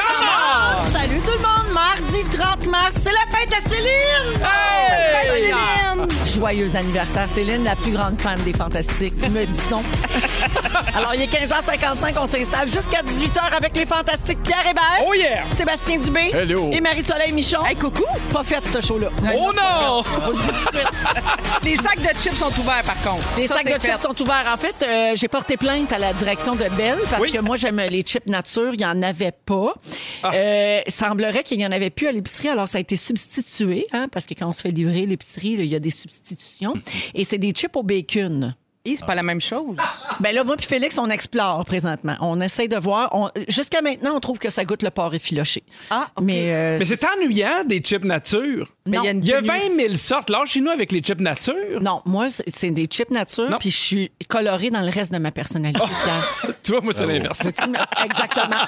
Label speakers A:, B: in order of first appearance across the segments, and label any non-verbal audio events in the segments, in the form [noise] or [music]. A: Ah!
B: Salut tout le monde, mardi 30 mars, c'est la fête à Céline!
A: Hey!
B: Fête à Céline! Joyeux anniversaire Céline, la plus grande fan des Fantastiques, me
A: [laughs]
B: dit-on. Alors, il est 15h55, on s'installe jusqu'à 18h avec les Fantastiques Pierre Hébert,
A: Oh yeah!
B: Sébastien Dubé
C: Hello.
B: et Marie-Soleil Michon. Hey, coucou! Pas fait ce show-là.
A: Oh non!
B: On le dit tout de suite.
D: Les sacs de chips sont ouverts, par contre.
B: Les
D: Ça,
B: sacs de
D: c'est
B: chips
D: fait.
B: sont ouverts. En fait, euh, j'ai porté plainte à la direction de Belle parce
A: Oui.
B: que moi, j'aime les chips nature. Il n'y en avait pas.
D: Ah.
B: Euh, il semblerait qu'il n'y en avait plus à l'épicerie. Alors, ça a été substitué hein, parce que quand on se fait livrer l'épicerie, là, il y a des substitutions. Et c'est des chips au bacon.
D: Hi, c'est pas la même chose.
B: Ben là, moi puis Félix, on explore présentement. On essaie de voir. On- Jusqu'à maintenant, on trouve que ça goûte le porc effiloché.
D: Ah, OK.
B: Mais, euh,
A: Mais c'est ennuyant des chips nature.
B: Mais il y a une
A: il y a
B: pénurie.
A: 20 000 sortes. Là, chez nous avec les chips nature.
B: non, moi, c'est c'est des chips nature,
A: Non.
B: puis je suis colorée dans le reste de ma personnalité.
D: Oh.
B: Pierre.
A: [laughs] Tu vois, moi, c'est l'inverse.
B: Veux-tu me- Exactement.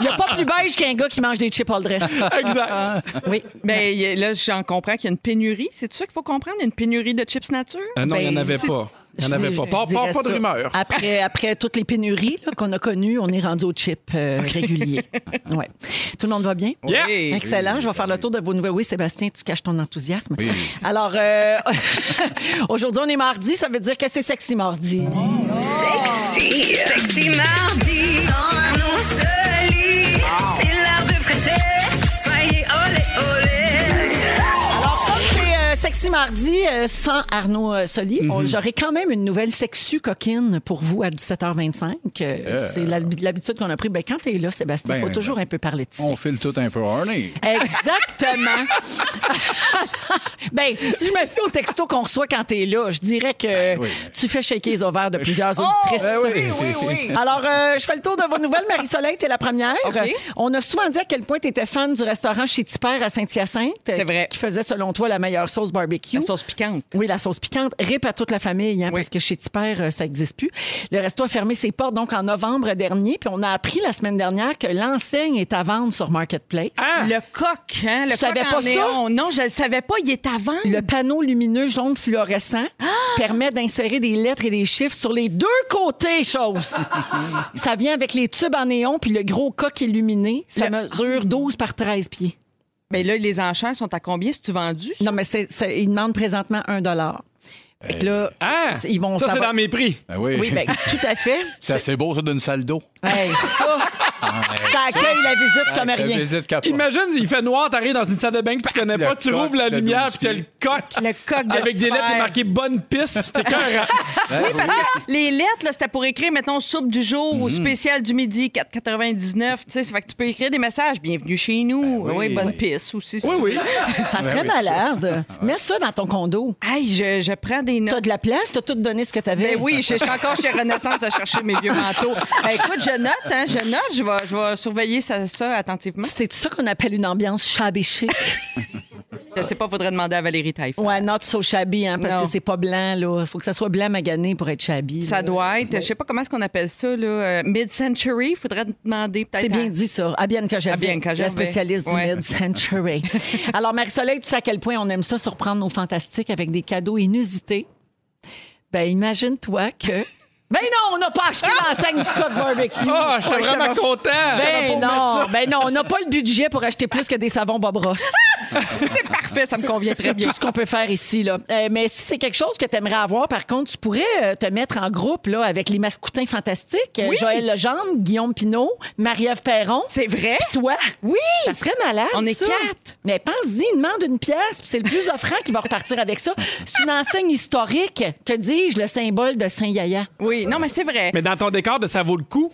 B: Il n'y a pas plus beige qu'un gars qui mange des chips all dress.
A: [laughs] Exact.
B: Oui.
D: Mais Ben, y a- là, j'en comprends qu'il y a une pénurie. C'est ça qu'il faut comprendre? Une pénurie de chips nature?
A: Ah non, il n'y en
B: Ben,
A: avait
B: c'est-
A: pas. Il n'y en
B: Je
A: avait
B: dis-
A: pas.
B: je
A: Pas, pas-
B: dirais
A: pas de
B: ça. Ah,
A: rumeur.
B: Après, après toutes les pénuries là, qu'on a connues, on est rendu aux chips euh, réguliers. Ouais. Tout le monde va bien?
A: Yeah.
D: Oui.
B: Excellent. Je vais faire le tour de vos nouvelles. Oui, Sébastien, tu caches ton enthousiasme. Alors, euh, [laughs] aujourd'hui, on est mardi. Ça veut dire que c'est sexy mardi.
E: Sexy. Sexy mardi. Dans nos solis. C'est l'heure de frencher. Soyez olé olé.
B: Alors, comme c'est euh, Sexy Mardi euh, sans Arnaud euh, Soli, on-
C: Mhm.
B: j'aurai quand même une nouvelle sexu coquine pour vous à 17h25. Euh, C'est l'hab- l'habitude qu'on a pris. Ben, quand t'es là, Sébastien, il
C: Ben,
B: faut toujours un peu parler de sexe.
C: On file tout un peu horny.
B: Exactement. [laughs] ben, si je me fie au texto qu'on reçoit quand t'es là, je dirais
D: Ben
B: que
C: oui.
B: tu fais shaker les ovaires de
D: Oh!
B: plusieurs auditrices. Alors, euh, je fais le tour de vos nouvelles. Marie-Soleil, t'es la première.
D: OK.
B: On a souvent dit à quel point t'étais fan du restaurant chez Tipper à Saint-Hyacinthe. euh,
D: vrai.
B: Qui faisait, selon toi, la meilleure sauce barbecue.
D: La sauce piquante.
B: Oui, la sauce piquante. Rip à toute la famille, hein, parce que chez Tipper, euh, ça n'existe plus. Le resto a fermé ses portes, donc, en novembre dernier. Puis on a appris la semaine dernière que l'enseigne est à vendre sur Marketplace.
A: Ah!
D: Le coq, hein? Le
B: Tu savais
D: coq
B: pas
D: en
B: ça?
D: néon. Non, je le savais pas. Il est à vendre.
B: Le panneau lumineux jaune fluorescent permet d'insérer des lettres et des chiffres sur les deux côtés, [laughs] chose. ça vient avec les tubes en néon puis le gros coq illuminé. Ça mesure 12 par 13 pieds.
D: Mais Ben, là, les enchères sont à combien? Si tu vendu? ça?
B: Non, mais c'est, c'est- ils demandent présentement 1 dollar. Fait que là,
A: Ah!
B: c'est- ils vont
A: ça, c'est
B: savoir-
A: dans mes prix.
C: Ben oui.
B: Oui, ben, tout à fait.
C: C'est assez beau, ça, d'une salle d'eau.
B: Hey, ça, ça accueille la visite comme
C: Avec
B: rien.
C: la visite capable.
A: Imagine, il fait noir, t'arrives dans une salle de bain que tu connais
C: Le
A: pas, tu
C: coq
A: rouvres la
C: de
A: lumière,
C: 12
A: puis t'as le coq.
D: Le coq de
A: Avec des lettres
D: Tipper.
A: marquées bonne
B: [laughs]
A: piste. T'es cœur.
D: Oui, parce que les lettres, là, c'était pour écrire, mettons, soupe du jour ou spécial du midi, 4,99. Tu sais, c'est fait que tu peux écrire des messages. Bienvenue chez nous.
C: Ben
D: oui.
C: oui.
D: bonne pisse aussi. si
A: Oui,
D: tu
A: oui.
B: Ça serait
C: oui, ça.
B: malade. Mets ça dans ton condo.
D: Hey, je, je prends des
B: T'as
D: notes.
B: de la place, t'as tout donné ce que t'avais.
D: Ben oui, je je suis encore chez Renaissance à chercher mes vieux manteaux. Ben écoute, je note, hein, je note, je vais, je vais surveiller ça, ça attentivement.
B: C'est ça qu'on appelle une ambiance chabéchée.
D: Je sais pas, faudrait demander à Valérie Taillefer.
B: Ouais, not so shabby, hein, parce
D: Non.
B: que c'est pas blanc, là. Faut que ça soit blanc magané pour être shabby. là.
D: Ça doit être, je sais pas comment est-ce qu'on appelle ça, là, euh, mid-century, faudrait demander peut-être.
B: C'est bien
D: à-
B: dit, ça. À bien que j'avais.
D: Bianca
B: La
D: Gervais.
B: spécialiste du
D: Ouais. [laughs]
B: mid-century. Alors, Marie-Soleil, tu sais à quel point on aime ça surprendre nos fantastiques avec des cadeaux inusités. Ben, imagine-toi
D: [laughs]
B: que. Ben non, on n'a pas acheté l'enseigne du Coq Barbecue.
A: Oh,
D: Ah,
A: je suis vraiment content.
B: Ben non, ben non, on n'a pas le budget pour acheter plus que des savons Bob
D: [laughs]
B: Ross.
D: C'est parfait, ça me convient très
B: C'est
D: bien.
B: tout ce qu'on peut faire ici. Là. Euh, mais si c'est quelque chose que tu aimerais avoir, par contre, tu pourrais euh, te mettre en groupe là, avec les mascoutins fantastiques. Euh, Joël Legendre, Guillaume Pinault, Marie-Ève Perron.
D: C'est vrai?
B: Puis toi?
D: Oui!
B: Ça serait malade.
D: On est
B: ça.
D: quatre.
B: Mais pense-y, demande une pièce, puis c'est le plus [laughs] offrant qui va repartir avec ça. C'est une enseigne historique, que dis-je, le symbole de Saint-Yaya.
D: Oui, non, mais c'est vrai.
A: Mais dans ton décor de ça vaut le coup.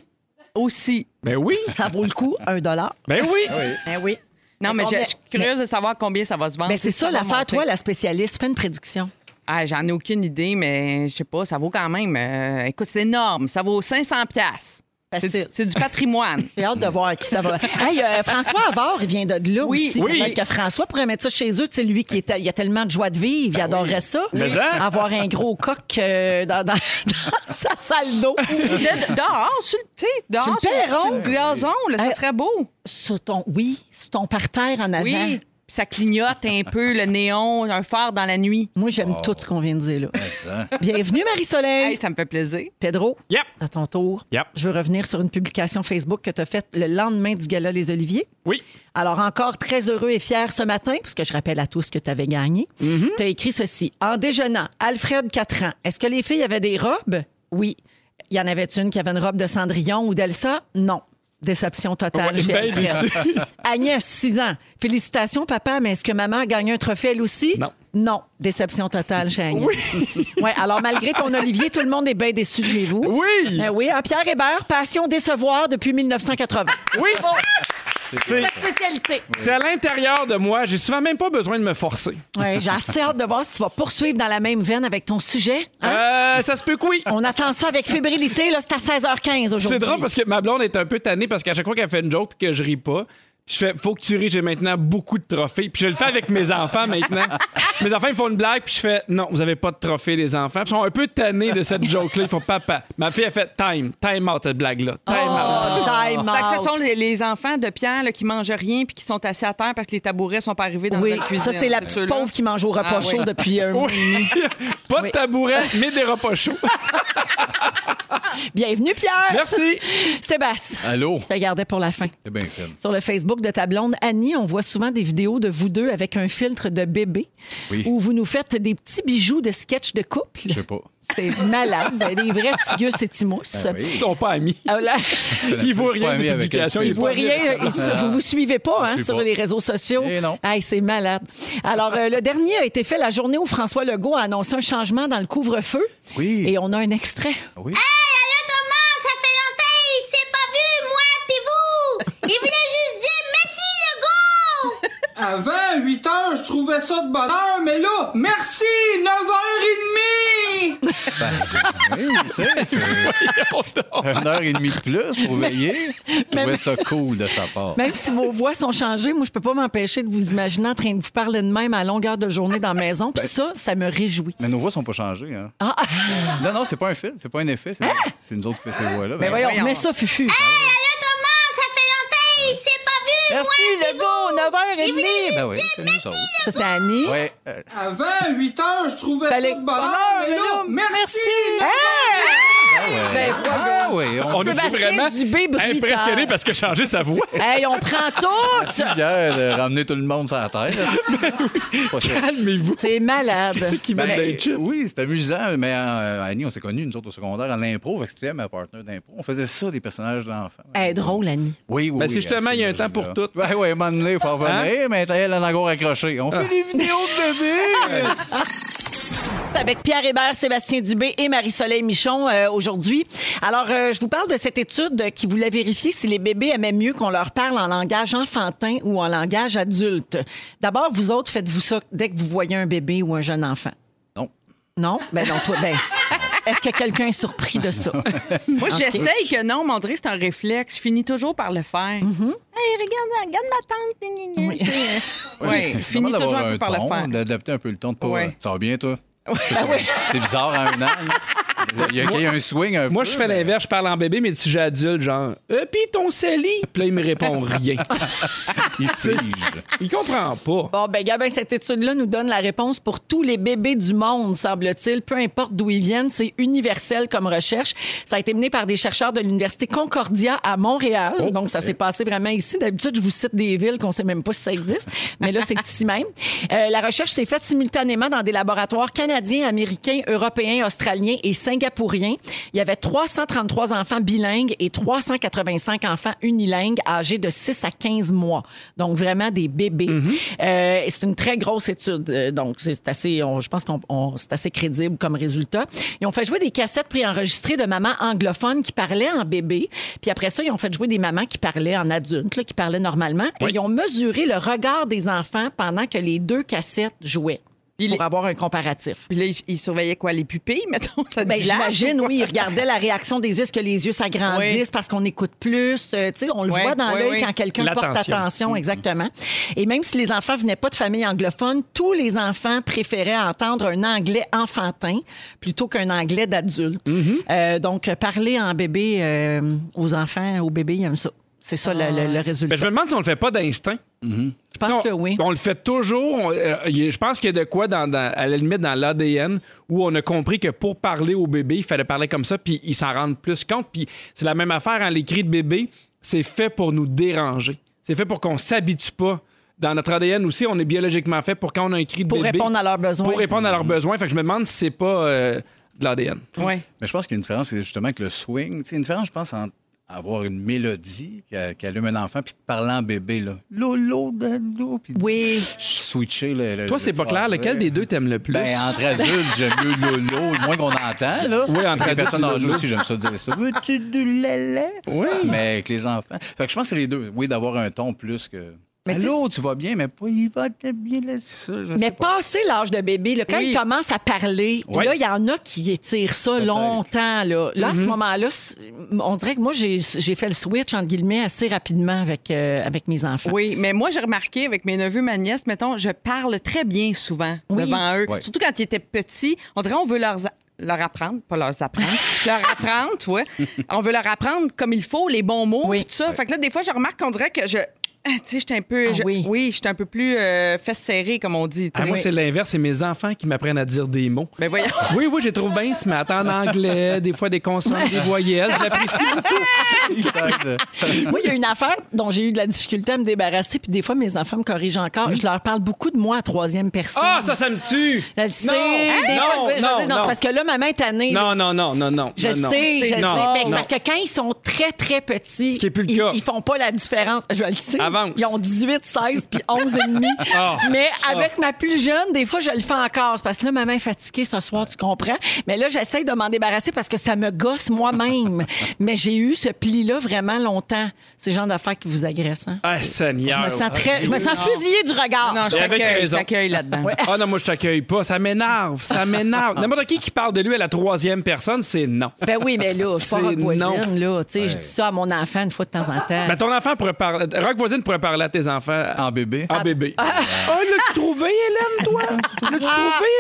D: Aussi.
A: Ben oui.
B: Ça vaut le coup, un dollar.
A: Ben oui.
D: Eh
B: Ben oui.
D: Non, mais je,
B: Combien-
D: je suis curieuse de savoir combien ça va se vendre.
B: Ben c'est
D: Si
B: ça
D: va
B: l'affaire,
D: monter.
B: toi, la spécialiste. Fais une prédiction.
D: Ah, J'en ai aucune idée, mais je sais pas, ça vaut quand même. euh, écoute, c'est énorme. Ça vaut 500$. piastres.
B: Facile.
D: C'est c'est du patrimoine.
B: J'ai hâte de voir qui ça va. Hey, euh, François Avard, il vient de là
D: Oui.
B: aussi.
A: Oui.
B: Peut-être que François pourrait mettre ça chez eux. Tu sais, lui qui est, il a tellement de joie de vivre, il adorerait ça.
A: Mais ça.
B: Avoir un gros coq euh, dans, [laughs] dans- dans sa salle d'eau.
D: De- de- dehors, sur le, tu sais, dehors,
B: le
D: sur,
B: perron.
D: sur le gazon, là,
B: Euh,
D: ça serait beau.
B: Sur ton, oui, sur ton parterre en avant.
D: Oui. Puis Ça clignote un peu le néon, un phare dans la nuit.
B: Moi, j'aime tout ce qu'on vient de dire là.
C: ça.
B: [laughs] Bienvenue, Marie-Soleil.
D: Hey, ça me fait plaisir.
B: Pedro,
A: Yep.
B: à ton tour.
A: Yep.
B: Je veux revenir sur une publication Facebook que tu as faite le lendemain du gala Les Oliviers.
A: Oui.
B: Alors, encore très heureux et fier ce matin, parce que je rappelle à tous que tu avais gagné.
A: Mhm.
B: Tu as écrit ceci. En déjeunant, Alfred, 4 ans, est-ce que les filles avaient des robes? Oui. Il y en avait une qui avait une robe de Cendrillon ou d'Elsa? Non. Déception totale.
A: Ouais,
B: chez
A: ben
B: Alfred. [laughs] Agnès, 6 ans. Félicitations, papa, mais est-ce que maman a gagné un trophée elle aussi?
A: Non.
B: Non. Déception totale chez Agnès. [laughs] ouais, alors, malgré ton Olivier, tout le monde est bien déçu de chez vous.
A: Oui.
B: Ben oui, hein, Pierre Hébert, passion décevoir depuis 1980.
A: Oui. C'est-
B: Sa spécialité.
A: C'est à l'intérieur de moi. J'ai souvent même pas besoin de me forcer.
B: Ouais, j'ai assez hâte de voir si tu vas poursuivre dans la même veine avec ton sujet. hein.
A: Euh, ça se peut que oui.
B: On attend ça avec fébrilité. Là, c'est à 16h15 aujourd'hui.
A: C'est drôle parce que ma blonde est un peu tannée parce qu'à chaque fois qu'elle fait une joke puis que je ris pas, je fais faut que tu ris, j'ai maintenant beaucoup de trophées. Puis je le fais avec mes enfants maintenant. mes enfants ils font une blague puis je fais non, vous avez pas de trophées les enfants. Puis ils sont un peu tannés de cette joke là, ils font papa. Ma fille a fait time, time out cette blague là. Time out.
B: Oh, Time
D: Fait que
B: out.
D: ce sont les, les enfants de Pierre là, qui mangent rien puis qui sont assis à terre parce que les tabourets sont pas arrivés dans
B: Oui,
D: la cuisine.
B: ça, c'est la petite
D: ceux-là.
B: pauvre qui mange au repas
D: Ah,
B: chaud
D: oui.
B: depuis euh, un mois.
A: Oui. [laughs] pas de
B: Oui.
A: tabouret, mais des repas chauds.
B: Bienvenue, Pierre.
A: Merci.
B: Sébastien,
C: Allô?
B: je te gardais pour la fin.
C: C'est bien fait.
B: Sur le Facebook de ta blonde Annie, on voit souvent des vidéos de vous deux avec un filtre de bébé
C: Oui.
B: où vous nous faites des petits bijoux de sketch de couple.
C: Je sais pas.
B: C'est malade. Des vrais Tigus et Timous.
C: Ben oui.
A: Ils sont pas amis.
B: Ah, là,
A: Ils voient
C: Je suis
A: rien
C: pas ami
A: des
C: avec
A: publications,
C: elle,
A: ils
C: c'est
B: vous
A: voient
C: pas.
B: voyez, ils- vous vous suivez pas hein,
C: suit
B: sur
C: pas.
B: les réseaux sociaux.
C: Eh non.
B: Hey, c'est malade. Alors, euh, le dernier a été fait la journée où François Legault a annoncé un changement dans le couvre-feu.
C: Oui.
B: Et on a un extrait.
C: Oui.
F: Allô tout le monde, ça fait longtemps, il s'est pas vu, moi pis vous! Il voulait juste dire merci le gars!
G: Avant, 8 heures, je trouvais ça de bonne heure, mais là, merci, 9h30!
C: Ben, [laughs] Oui, tu sais, c'est une heure et demie de plus pour veiller. Je trouvais ça cool de sa part.
B: Même si vos voix sont changées, moi, je peux pas m'empêcher de vous imaginer en train de vous parler de même à longueur de journée dans la maison.
C: Ben.
B: Puis ça, ça me réjouit.
C: Mais nos voix sont pas changées, hein?
B: Ah,
C: Non, non, c'est pas un fil, c'est pas un effet, c'est c'est nous autres qui fait ces voix-là.
B: mais
C: Ben,
B: voyons,
D: voyons.
B: mets ça, Fufu.
F: Allô tout le monde, ça fait longtemps, il s'est pas vu,
C: Merci,
F: moi pis
C: le
F: vous!
C: gars, 9h30! Ben oui, c'est nous autres.
B: Ça, c'est Annie.
C: Ouais, euh,
G: Avant, 8 heures, je trouvais ça
B: Fallait-
G: de bonne heure, mais là, merci!
C: ah ouais. Ah ouais, Hein? on,
A: On est
B: Sébastien
A: vraiment
B: Dubé Bruitard.
A: impressionné parce que changer
B: [laughs]
A: sa voix.
B: Hey, on prend tout!
C: Merci, Pierre, de euh, ramener tout le monde sur la terre. [laughs] Ben est-ce que- Pas sûr.
A: Calmez-vous.
B: C'est malade.
A: Qui
C: Ben,
A: veulent des chips.
C: oui, c'est amusant, mais euh, Annie, on s'est connus, nous autres, au secondaire, en impro, fait que c'était ma partenaire d'impro. On faisait ça, des personnages d'enfants.
B: Hey, drôle, Annie.
C: Oui, oui,
A: Ben,
C: oui,
A: c'est justement,
C: à cette
A: il y a un temps
C: énergie-là.
A: pour tout. Hein?
C: Ben oui, à un moment donné, il faut en revenir, mais elle a encore accroché. On
A: Ah.
C: fait des vidéos de bébés!
A: [laughs]
B: avec Pierre Hébert, Sébastien Dubé et Marie-Soleil Michon euh, aujourd'hui. Alors, euh, je vous parle de cette étude qui voulait vérifier si les bébés aimaient mieux qu'on leur parle en langage enfantin ou en langage adulte. D'abord, vous autres, faites-vous ça dès que vous voyez un bébé ou un jeune enfant?
C: Non.
B: Non? Ben non, toi, ben... Est-ce que quelqu'un est surpris de ça?
D: Moi, j'essaye que non, mais on dirait que c'est un réflexe. Je finis toujours par le faire.
B: Mm-hmm.
D: Hey, regarde, regarde ma tante. gna, gna, gna.
B: Oui.
D: Tu sais, euh, [laughs] ouais, je
C: [laughs] C'est
D: finis
C: normal
D: toujours
C: d'avoir
D: un peu par
C: ton,
D: le faire.
C: D'adapter un peu le ton de pas.
D: Ouais.
C: Ça va bien, toi? C'est bizarre à un
A: [laughs]
C: an. là. Il y a, il y a un swing un peu.
A: Moi, je
B: ben.
A: fais
C: mais-
A: l'inverse, je parle en bébé, mais du sujet adulte, genre, euh, pis ton CELI? Puis là, il me
B: [laughs]
A: répond rien.
C: Il fige.
A: Il comprend pas.
B: Bon, ben Gabin, cette étude-là nous donne la réponse pour tous les bébés du monde, semble-t-il. Peu importe d'où ils viennent, c'est universel comme recherche. Ça a été mené par des chercheurs de l'Université Concordia à Montréal. Donc, ça s'est passé vraiment ici. D'habitude, je vous cite des villes qu'on sait même pas si ça existe. Mais là, c'est ici même. Euh, la recherche s'est faite simultanément dans des laboratoires canadiens, américains, européens, australiens et singapouriens. Il y avait 333 enfants bilingues et 385 enfants unilingues âgés de 6 à 15 mois. Donc, vraiment des bébés. Euh, et c'est une très grosse étude. Euh, Donc, c'est c'est assez, on- je pense qu'on on- c'est assez crédible comme résultat. Ils ont fait jouer des cassettes préenregistrées de mamans anglophones qui parlaient en bébé. Puis après ça, ils ont fait jouer des mamans qui parlaient en adulte, là, qui parlaient normalement. Et ils ont mesuré le regard des enfants pendant que les deux cassettes jouaient.
D: Puis
B: pour
D: les-
B: avoir un comparatif.
D: Puis là, ils- ils surveillaient quoi? Les pupilles, mettons? Ça
B: Ben,
D: dilate
B: J'imagine,
D: ou quoi?
B: oui, il regardait la réaction des yeux, est-ce que les yeux s'agrandissent
D: Oui.
B: parce qu'on écoute plus. euh, tu sais, on le
D: Oui,
B: voit dans
D: oui,
B: l'œil
D: oui.
B: quand quelqu'un porte
A: L'attention. Mm-hmm.
B: attention, exactement. Et même si les enfants venaient pas de famille anglophone, tous les enfants préféraient entendre un anglais enfantin plutôt qu'un anglais d'adulte.
A: Mm-hmm.
B: Euh, donc, euh, parler en bébé euh, aux enfants, aux bébés, ils aiment ça. C'est ça le, le- le résultat.
A: Ben, je me demande si on le fait pas d'instinct.
B: je pense
A: Tu sais,
B: que
A: on-
B: oui.
A: On le fait toujours. on- euh, il y a- je pense qu'il y a de quoi, dans, dans- à la limite, dans l'ADN, où on a compris que pour parler au bébé, il fallait parler comme ça, puis ils s'en rendent plus compte. Puis c'est la même affaire, en les cris de bébé, c'est fait pour nous déranger. C'est fait pour qu'on s'habitue pas. Dans notre ADN aussi, on est biologiquement fait pour quand on a un cri de
B: Pour
A: bébé.
B: répondre à leurs besoins.
A: Pour répondre à leurs besoins. Fait que je me demande si c'est pas euh, de l'ADN.
D: Ouais.
C: Mais je pense qu'il y a une différence, c'est justement que le swing. Tu sais, une différence, je pense, entre avoir une mélodie qui, a- qui allume un enfant puis de parler en bébé, là. Lolo, lolo, puis de
B: Oui.
C: switcher le. le-
A: Toi,
C: le
A: c'est pas clair.
C: français.
A: Lequel des deux t'aimes le plus?
C: Ben, entre adultes, j'aime mieux lolo, le moins qu'on entend, là.
A: Oui, entre
C: Avec les
A: adultes,
C: personnes âgées
A: lolo.
C: aussi, j'aime ça dire ça. Veux-tu du lala?
A: Oui.
C: Mais avec les enfants. Fait que je pense que c'est les deux. Oui, d'avoir un ton plus que.
D: Mais
C: Allô, tu vas bien, mais pas il va te bien là, c'est ça. je sais
B: Mais
C: pas.
B: passer l'âge de bébé, là, quand
D: Oui.
B: il commence à parler,
A: Ouais.
B: là, il y en a qui étirent ça longtemps. Là, là
A: Mm-hmm.
B: à ce moment-là, c'est- on dirait que moi, j'ai j'ai fait le switch, entre guillemets, assez rapidement avec, euh, avec mes enfants.
D: Oui, mais moi, j'ai remarqué avec mes neveux, ma nièce, mettons, je parle très bien souvent
B: Oui.
D: devant eux.
C: Ouais.
D: Surtout quand ils étaient petits. On dirait on veut leur, leur apprendre, pas leur
B: [laughs]
D: apprendre, leur apprendre, tu vois. On veut leur apprendre comme il faut, les bons mots,
B: Oui.
D: pis tout ça. Fait que là, des fois, je remarque qu'on dirait que je. Ah, Tu sais, j'étais un peu.
B: Ah
D: je-
B: oui.
D: j'étais un peu plus euh, fesse serrée, comme on dit. tu
A: Ah,
D: sais.
A: moi, c'est l'inverse. C'est mes enfants qui m'apprennent à dire des mots.
D: Ben voyons.
A: Oui, oui, je les trouve bien ce matin en anglais, des fois des consonnes, des voyelles. Je l'apprécie beaucoup.
C: Il euh, t'aide.
B: Moi, il y a une affaire dont j'ai eu de la difficulté à me débarrasser, puis des fois, mes enfants me corrigent encore. Je leur parle beaucoup de moi à troisième personne.
A: Mm-hmm. Ah, ça, ça me tue!
B: Je le sais.
A: Non,
B: Des fois,
A: non,
B: je veux dire,
A: non,
B: c'est
A: non.
B: parce que là, maman est tannée. là.
A: Non, non, non, non, non.
B: Je
A: non, non.
B: sais, je sais.
A: Non,
B: Mais c'est
A: non.
B: parce que quand ils sont très, très petits,
A: Ce qui est plus le
B: ils,
A: cas.
B: ils font pas la différence. Je le sais.
A: Avance.
B: Ils ont 18, 16 puis 11 et demi.
A: [laughs] Ah.
B: Mais avec ma plus jeune, des fois, je le fais encore. C'est parce que là, maman est fatiguée ce soir, tu comprends. Mais là, j'essaye de m'en débarrasser parce que ça me gosse
A: [laughs]
B: moi-même. Mais j'ai eu ce pli-là vraiment longtemps. C'est le genre d'affaires qui vous agresse. hein.
A: Ah, Seigneur.
B: Je me sens très, je me sens fusillée du regard.
D: Non, je
A: Et avec
D: t'accueille, je
A: raison.
D: t'accueille là-dedans.
A: Ah non, moi, je t'accueille pas. Ça m'énerve. Ça m'énerve. N'importe qui qui parle de lui à la troisième personne, c'est non.
B: Ben oui, mais là, c'est pas
A: C'est
B: rock
A: non.
B: voisine, là. Tu sais, je dis ça à mon enfant une fois de temps en temps.
A: Mais Ben, ton enfant pourrait parler. Rock voisine pourrait parler à tes enfants.
C: En bébé.
A: En bébé. Ah, l'as-tu trouvé, Hélène, toi? L'as-tu trouvé,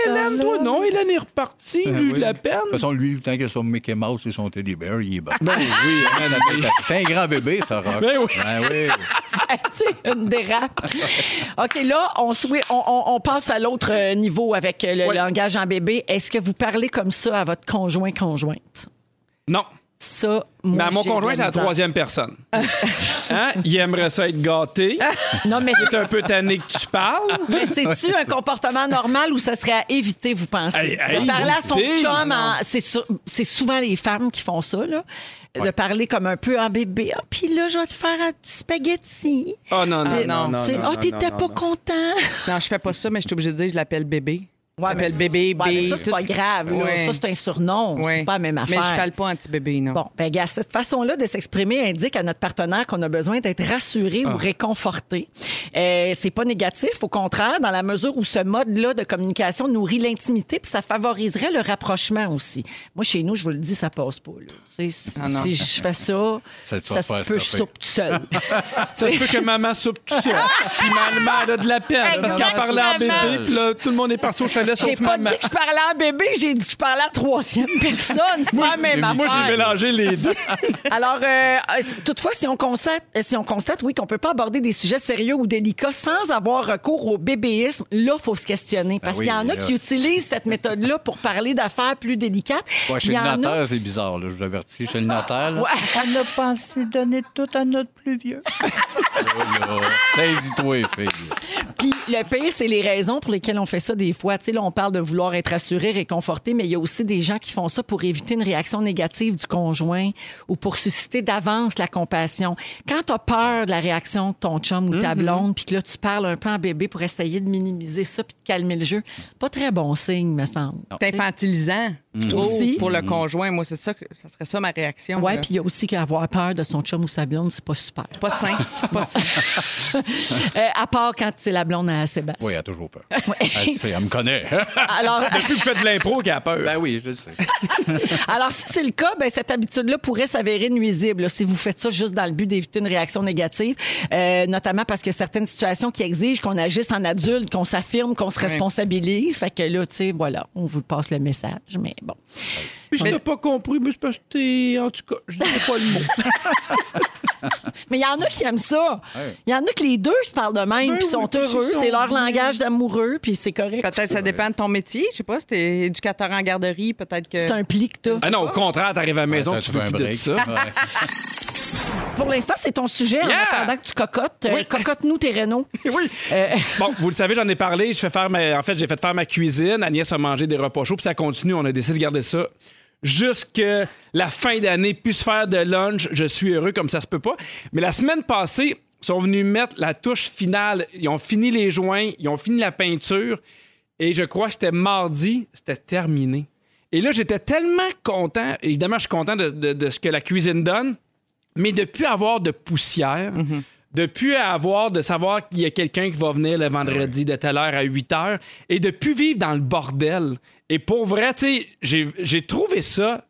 A: Hélène, toi? Non, Hélène est repartie. J'ai eu de la peine.
C: Ben De toute façon, lui, tant que son Mickey Mouse et son Teddy Bear, il est bon.
A: Ben oui,
C: [laughs]
A: Hélène, elle-
C: C'est un grand bébé, ça, Rock.
A: Ben oui.
C: hein. Ben oui.
B: [laughs] Ah, Tu sais, une dérape. OK, là, on, souhait- on, on- on passe à l'autre euh, niveau avec euh, le
A: Ouais.
B: langage en bébé. Est-ce que vous parlez comme ça à votre conjoint-conjointe?
A: Non.
B: Ça, moi,
A: Mais à mon
B: j'ai de
A: conjoint, c'est la
B: misère.
A: troisième [laughs] personne. Hein? Il aimerait ça être gâté.
B: Non, mais
A: [laughs] T'es un peu tanné que tu parles.
B: mais c'est-tu un comportement normal ou ça serait à éviter, vous pensez?
A: Hey, hey,
B: de parler à son
A: éviter,
B: chum,
A: non.
B: en- c'est sou- c'est souvent les femmes qui font ça, là. De parler comme un peu en bébé. Ah, puis là, je vais te faire un- du spaghetti.
A: Oh non, non,
B: Euh,
A: non, oh, non.
B: tu sais,
A: non,
B: Ah,
A: non,
B: t'étais
A: non,
B: pas
A: non.
B: content.
D: Non, je fais pas ça, mais je suis obligée de dire je l'appelle bébé.
B: Ouais,
D: je l'appelle
B: mais-
D: bébé,
B: Ouais, mais
D: bébé.
B: ça, c'est pas grave. là.
D: Ouais.
B: Ça, c'est un surnom.
D: Ouais.
B: C'est pas la même affaire.
D: Mais je parle pas anti-bébé, non.
B: Bon, ben, gars, cette façon-là de s'exprimer indique à notre partenaire qu'on a besoin d'être rassuré
D: Ah.
B: ou réconforté. Euh, c'est pas négatif, au contraire, dans la mesure où ce mode-là de communication nourrit l'intimité, puis ça favoriserait le rapprochement aussi. Moi, chez nous, je vous le dis, ça passe pas. là. Tu sais, Si,
D: Ah non.
B: si je fais ça,
C: Ça,
B: ça,
C: tu vas te
B: se
C: faire
B: peut, je
C: stopper.
B: soupe tout
C: [laughs]
B: seul.
A: Ça se peut que maman soupe tout [laughs] seul. Puis ma mère a de la peine. Parce qu'elle parlait à
B: Exactement.
A: bébé, puis là, tout le monde est parti au chalet
B: J'ai
A: sauf
B: pas
A: maman.
B: dit que je parlais à un bébé, j'ai dit que je parlais à troisième personne. C'est pas la même
A: Moi,
B: affaire.
A: j'ai mélangé les [laughs] deux.
B: Alors, euh, euh, toutefois, si on constate, euh, si on constate oui, qu'on peut pas aborder des sujets sérieux ou délicats sans avoir recours au bébéisme, là, faut se questionner. Parce
C: Ah oui,
B: qu'il y en a
C: là,
B: qui utilisent cette méthode-là pour parler d'affaires plus délicates.
C: Ouais, chez
B: Il y
C: le
B: en a-
C: notaire, c'est bizarre, là, je vous avertis. Chez le notaire, là,
B: Ouais.
C: on a pensé donner tout à notre plus vieux. Oh, Là, là, Saisis-toi, fille.
B: Puis le pire, c'est les raisons pour lesquelles on fait ça des fois. Tu sais, là, on parle de vouloir être assuré, réconforté, mais il y a aussi des gens qui font ça pour éviter une réaction négative du conjoint ou pour susciter d'avance la compassion. Quand t'as peur de la réaction de ton chum ou de ta blonde, puis que là, tu parles un peu en bébé pour essayer de minimiser ça puis de calmer le jeu, pas très bon signe, me semble.
D: C'est infantilisant.
B: aussi.
D: pour le conjoint. Moi, c'est ça, que- ça serait ça ma réaction.
B: Ouais,
D: là.
B: puis il y a aussi qu'avoir peur de son chum ou sa blonde, c'est pas super.
D: Pas sain. C'est
B: [laughs]
D: pas sain.
B: Euh, à part quand c'est la blonde à Sébastien.
C: Oui, hein. elle a toujours peur. Elle, sait, elle me connaît.
B: Alors,
A: Plus que fait de l'impro qu'elle a peur.
C: [laughs] ben oui, je le sais.
B: alors, si c'est le cas, ben, cette habitude-là pourrait s'avérer nuisible là, si vous faites ça juste dans le but d'éviter une réaction négative, euh, notamment parce que certaines situations qui exigent qu'on agisse en adulte, qu'on s'affirme, qu'on se responsabilise. Fait que là, tu sais, voilà, on vous passe le message, mais bon.
A: Puis je t'ai pas compris, mais c'est parce que t'es- En tout cas, je dirais pas le mot.
B: Mais il y en a qui aiment ça. Il
C: Ouais.
B: y en a que les deux, je parle de même, puis sont heureux. C'est leur langage d'amoureux, puis c'est correct.
D: Peut-être ça dépend de ton métier. Je sais pas, si t'es éducateur en garderie, peut-être que.
B: C'est un pli que t'as.
A: Ah non, au contraire, t'arrives à la maison,
C: Attends,
A: tu veux
C: un
A: plus de
C: break.
A: ça.
C: Ouais.
B: Pour l'instant, c'est ton sujet.
A: Yeah!
B: En attendant que tu cocottes, Euh, cocotte-nous tes
A: [laughs]
B: rénaux.
A: Oui. Bon, vous le savez, j'en ai parlé. Je fais faire ma... En fait, j'ai fait faire ma cuisine. Agnès a mangé des repas chauds. Puis ça continue. On a décidé de garder ça jusque la fin d'année. Puisse faire de lunch. Je suis heureux comme ça se peut pas. Mais la semaine passée, ils sont venus mettre la touche finale. Ils ont fini les joints. Ils ont fini la peinture. Et je crois que c'était mardi. C'était terminé. Et là, j'étais tellement content. Évidemment, je suis content de- de- de ce que la cuisine donne. Mais depuis avoir de poussière,
B: Mhm.
A: depuis avoir de savoir qu'il y a quelqu'un qui va venir le vendredi de telle heure à 8 heures, et depuis vivre dans le bordel. Et pour vrai, tu sais, j'ai j'ai trouvé ça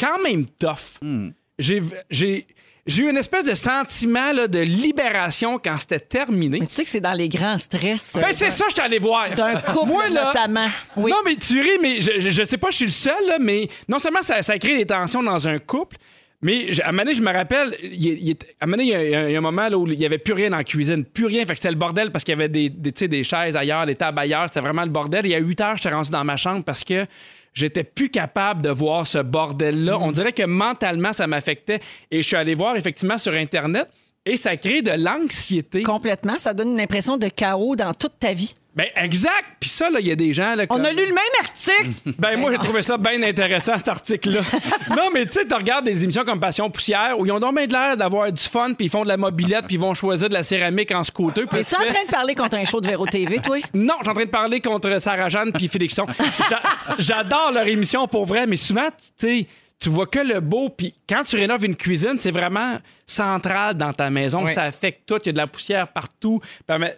A: quand même tough.
B: Hmm.
A: J'ai j'ai- j'ai eu une espèce de sentiment là, de libération quand c'était terminé.
B: Mais tu sais que c'est dans les grands stress. euh,
A: Ben, c'est ça, je suis allé voir.
B: D'un couple,
A: Moi, là,
B: notamment. Oui.
A: Non, mais tu ris, mais je, je, je sais pas, je suis le seul, là, mais non seulement ça, ça crée des tensions dans un couple, mais je- à un moment donné, je me rappelle, il, est- il est- à un moment donné, il y a- il y, a- il y a un moment là, où il y avait plus rien dans la cuisine, plus rien, fait que c'était le bordel parce qu'il y avait des, des, tu sais, des chaises ailleurs, des tables ailleurs, c'était vraiment le bordel. Et à 8 heures, j'étais rendu dans ma chambre parce que j'étais plus capable de voir ce
B: Mm.
A: bordel-là. On dirait que mentalement, ça m'affectait. Et je suis allé voir effectivement sur Internet et ça crée de l'anxiété.
B: Complètement, ça donne une impression de chaos dans toute ta vie.
A: Ben exact. Puis ça, là, il y a des gens. Là,
B: On
A: comme-
B: a lu le même article.
A: Ben moi, j'ai trouvé ça bien intéressant, cet article-là. non, mais tu sais, tu regardes des émissions comme Passion Poussière où ils ont donc bien de l'air d'avoir du fun, puis ils font de la mobilette, puis ils vont choisir de la céramique en scooteux. puis
B: [laughs]
A: là,
B: Es-tu
A: tu
B: en
A: fais-
B: train de parler contre un show de Véro TV, toi?
A: Non, je suis en train de parler contre Sarah Jeanne puis Félixon. J'a- J'adore leur émission pour vrai, mais souvent, tu sais, tu vois que le beau, puis quand tu rénoves une cuisine, c'est vraiment central dans ta maison.
D: Oui.
A: Ça affecte tout. Il y a de la poussière partout. Puis à un moment-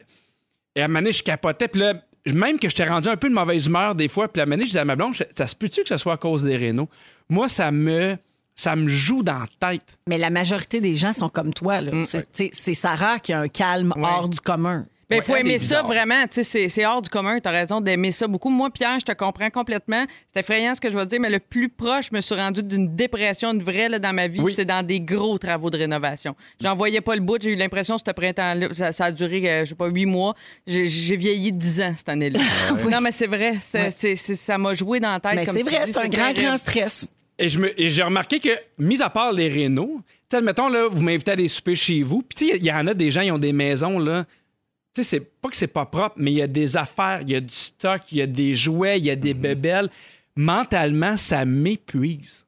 A: Et à un moment donné, je capotais. Puis là, même que j'étais rendu un peu de mauvaise humeur des fois, puis à un moment donné, je disais à ma blonde, je fais, ça se peut-tu que ce soit à cause des rénaux? Moi, ça me, ça me joue dans la tête.
B: Mais la majorité des gens sont comme toi. là. C'est- t'sais, C'est Sarah qui a un calme hors du commun.
D: Mais
A: Ouais,
D: Ben, faut
A: elle est
D: aimer ça
A: bizarre.
D: vraiment. Tu sais, C'est c'est hors du commun. Tu as raison d'aimer ça beaucoup. Moi, Pierre, je te comprends complètement. C'est effrayant ce que je vais dire, mais le plus proche, je me suis rendu d'une dépression, une vraie là, dans ma vie,
A: Oui.
D: c'est dans des gros travaux de rénovation. J'en voyais pas le bout. J'ai eu l'impression, ce printemps-là, ça, ça a duré, euh, je sais pas, huit mois. J'ai j'ai vieilli dix ans cette année-là. Non, mais c'est vrai. c'est- c'est- c'est- ça m'a joué dans la tête.
B: Ah Mais
D: comme
B: c'est
D: tu
B: vrai,
D: dis,
B: c'est un grand,
D: terrible.
B: grand stress.
A: Et je me- et j'ai remarqué que, mis à part les rénaux, tu sais, mettons, là, vous m'invitez à aller souper chez vous. Puis, tu sais, il y en a des gens, ils ont des maisons, là. Tu sais, c'est pas que c'est pas propre, mais il y a des affaires, il y a du stock, il y a des jouets, il y a
B: Mhm.
A: des bébelles. Mentalement, ça m'épuise.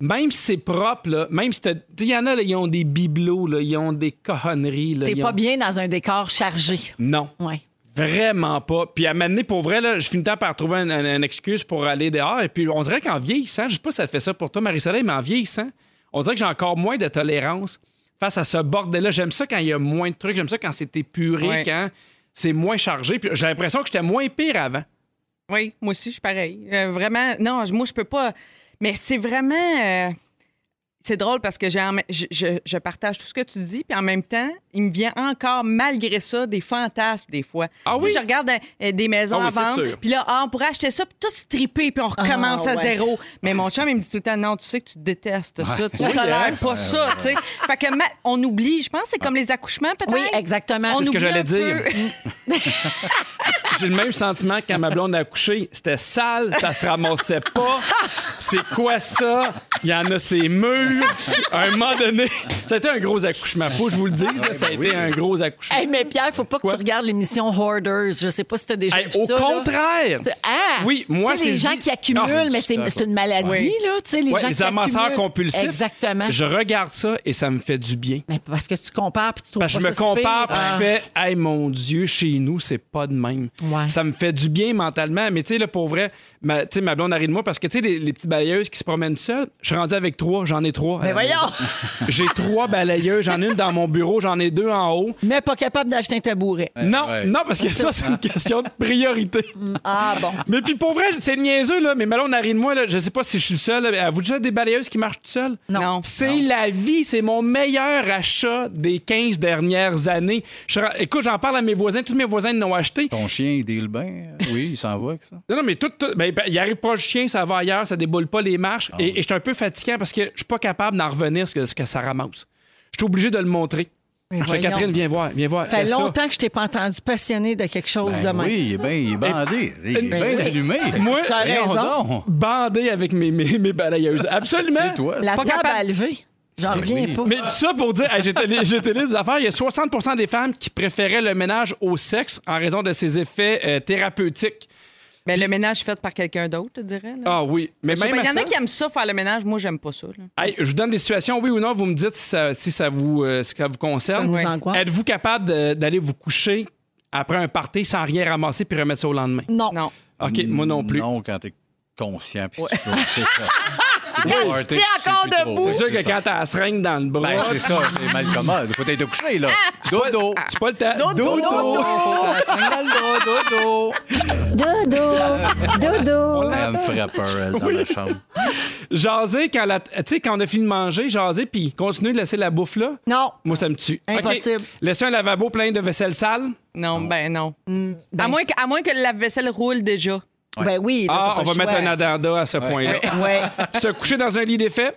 A: Même si c'est propre, là, même si t'as- tu sais, il y en a, là, ils ont des bibelots, là, ils ont des cochonneries. là,
B: T'es
A: ils
B: pas
A: ont-
B: bien dans un décor chargé.
A: Non.
B: Ouais.
A: Vraiment pas. Puis à m'amener pour vrai, là, je finis par trouver un- un- une excuse pour aller dehors. Et puis on dirait qu'en vieillissant, je sais pas si ça te fait ça pour toi, Marie-Soleil, mais en vieillissant, on dirait que j'ai encore moins de tolérance face à ce bordel-là. J'aime ça quand il y a moins de trucs, j'aime ça quand c'est épuré,
D: Ouais.
A: quand c'est moins chargé. Puis j'ai l'impression que j'étais moins pire avant.
D: Oui, moi aussi, je suis pareil. Euh, vraiment, non, je- moi, je peux pas. Mais c'est vraiment. euh, c'est drôle parce que j'ai en- je, je- je partage tout ce que tu dis, puis en même temps, il me vient encore, malgré ça, des fantasmes, des fois.
A: Ah
D: Tu sais,
A: oui?
D: Je regarde euh, euh, des maisons
A: Ah oui,
D: à
A: c'est
D: vendre,
A: sûr.
D: puis là, ah, on pourrait acheter ça, puis tout stripper, puis on recommence
B: Ah,
D: à
B: ouais.
D: zéro. Mais mon chum, il me dit tout le temps, non, tu sais que tu détestes ça, tu
A: Oui,
D: tolères
A: hein?
D: pas ça, tu sais. Fait que ma- on oublie, je pense que c'est comme les accouchements, peut-être.
B: Oui, exactement.
D: On
A: C'est ce que
D: oublie
A: j'allais
D: un
A: dire.
D: peu.
A: J'ai le même sentiment que quand ma blonde a couché. C'était sale, ça se ramassait pas. C'est quoi ça? Il y en a ses murs. À un moment donné, ça a été un gros accouchement. Faut que je vous le dise, là, ça a
C: ben
A: été
C: oui.
A: un gros accouchement.
B: Hey, mais Pierre, faut pas que
A: Quoi?
B: tu regardes l'émission Hoarders. Je sais pas si t'as déjà
A: Hey,
B: vu
A: au
B: ça, là.
A: contraire!
B: C'est- Ah!
A: Oui, moi,
B: Tu sais,
A: c'est.
B: les gens qui accumulent,
A: Ah,
B: mais c'est c'est une maladie,
D: Oui.
B: là. Tu sais, les
A: Ouais,
B: gens
A: les
B: qui
A: amasseurs
B: accumulent.
A: compulsifs.
B: Exactement.
A: Je regarde ça et ça me fait du bien.
B: Mais parce que tu compares puis tu trouves
A: Parce que je
B: pas
A: me
B: ça Ah. si
A: compare
B: pire.
A: puis je fais, hey mon Dieu, chez nous, c'est pas de même.
B: Ouais.
A: Ça me fait du bien mentalement. Mais tu sais, là, pour vrai, ma, tu sais, ma blonde arrive de moi parce que tu sais, les, les petites balayeuses qui se promènent seules, je suis rendu avec trois, j'en ai trois. à
H: Mais
A: la
H: voyons!
A: maison. [laughs] J'ai trois balayeuses, j'en ai une dans mon bureau, j'en ai deux en haut.
B: Mais pas capable d'acheter un tabouret.
A: Non,
C: ouais.
A: non, parce que
B: [laughs]
A: ça, c'est une question de priorité.
B: Mm.
H: Ah bon.
A: Mais puis pour vrai, c'est niaiseux, là, mais Malon Narine, moi, là, je sais pas si je suis le seul. là, mais Avez-vous déjà des balayeuses qui marchent tout seul?
H: Non.
D: Non.
A: C'est la vie, c'est mon meilleur achat des 15 dernières années. Je ra- écoute, j'en parle à mes voisins, tous mes voisins n'ont acheté.
C: Ton chien, il deal bien. Oui, il s'en va avec ça.
A: Non, non, mais tout, tout- ben, ben, il arrive pas le chien, ça va ailleurs, ça déboule pas les marches. et et je suis un peu fatiguant parce que je suis pas capable d'en revenir ce que, ce que ça ramasse. Je suis obligé de le montrer.
B: Mais
A: Je fais
B: voyons.
A: Catherine, viens voir, viens voir.
B: Ça
A: Elle,
B: fait
A: ça.
B: longtemps que je t'ai pas entendu passionné de quelque chose de
C: Ben
B: même.
C: oui, il est bien il est bandé. Il est
B: Ben
C: bien
B: oui.
C: allumé.
A: Moi,
B: T'as
C: Voyons
B: raison.
C: donc.
A: bandé avec mes, mes, mes balayeuses. Absolument.
C: C'est toi.
B: La
C: ça.
B: table à lever. J'en
C: Ben
B: reviens
C: oui.
B: pas.
A: Mais tout ça pour dire, hey, j'étais j'étais lire des affaires, il y a 60 des femmes qui préféraient le ménage au sexe en raison de ses effets euh, thérapeutiques.
D: [laughs] Mais le ménage fait par quelqu'un d'autre, je dirais. là.
A: Ah oui, mais
D: Je sais
A: même
D: pas, Il ben, y
A: à
D: en a
A: ça-
D: qui aiment ça, faire le ménage. Moi, j'aime pas ça. là.
A: Hey, je vous donne des situations, oui ou non, vous me dites si ça, si ça vous, euh, si ça
B: Ça
A: vous
B: nous
A: concerne.
D: Ouais.
B: angoisse.
A: Êtes-vous capable de- d'aller vous coucher après un party sans rien ramasser puis remettre ça au lendemain?
B: Non.
D: Non.
A: OK, moi non plus.
C: Mm, Non, quand t'es conscient, puis tu peux. C'est ça. Des parties,
H: tiens
C: tu sais
H: encore
C: plus trop.
H: debout.
A: C'est sûr que
C: ça.
A: quand t'as la seringue dans le bras,
C: Ben, c'est ça, c'est mal commode. Faut être
A: [laughs]
C: couché, là. Dodo.
A: c'est pas le temps.
C: Dodo. La sandale, dodo.
I: Dodo, dodo.
C: Elle me frappe elle, dans la chambre.
A: Jaser quand, la- tu sais, quand on a fini de manger, jaser puis continuer de laisser la bouffe là.
H: Non.
A: Moi, ça me tue.
H: Impossible.
A: OK. Laisser un lavabo plein de vaisselle sale.
D: Non, ben non.
B: Mm,
D: à, moins que, à moins que le lave-vaisselle roule déjà.
B: Ben oui. là,
A: Ah,
B: t'as
A: on
B: pas
A: va
B: le
A: mettre
B: choix.
A: un addenda à ce point-là.
B: [laughs] Ouais,
A: [laughs] Se coucher dans un lit d'effet.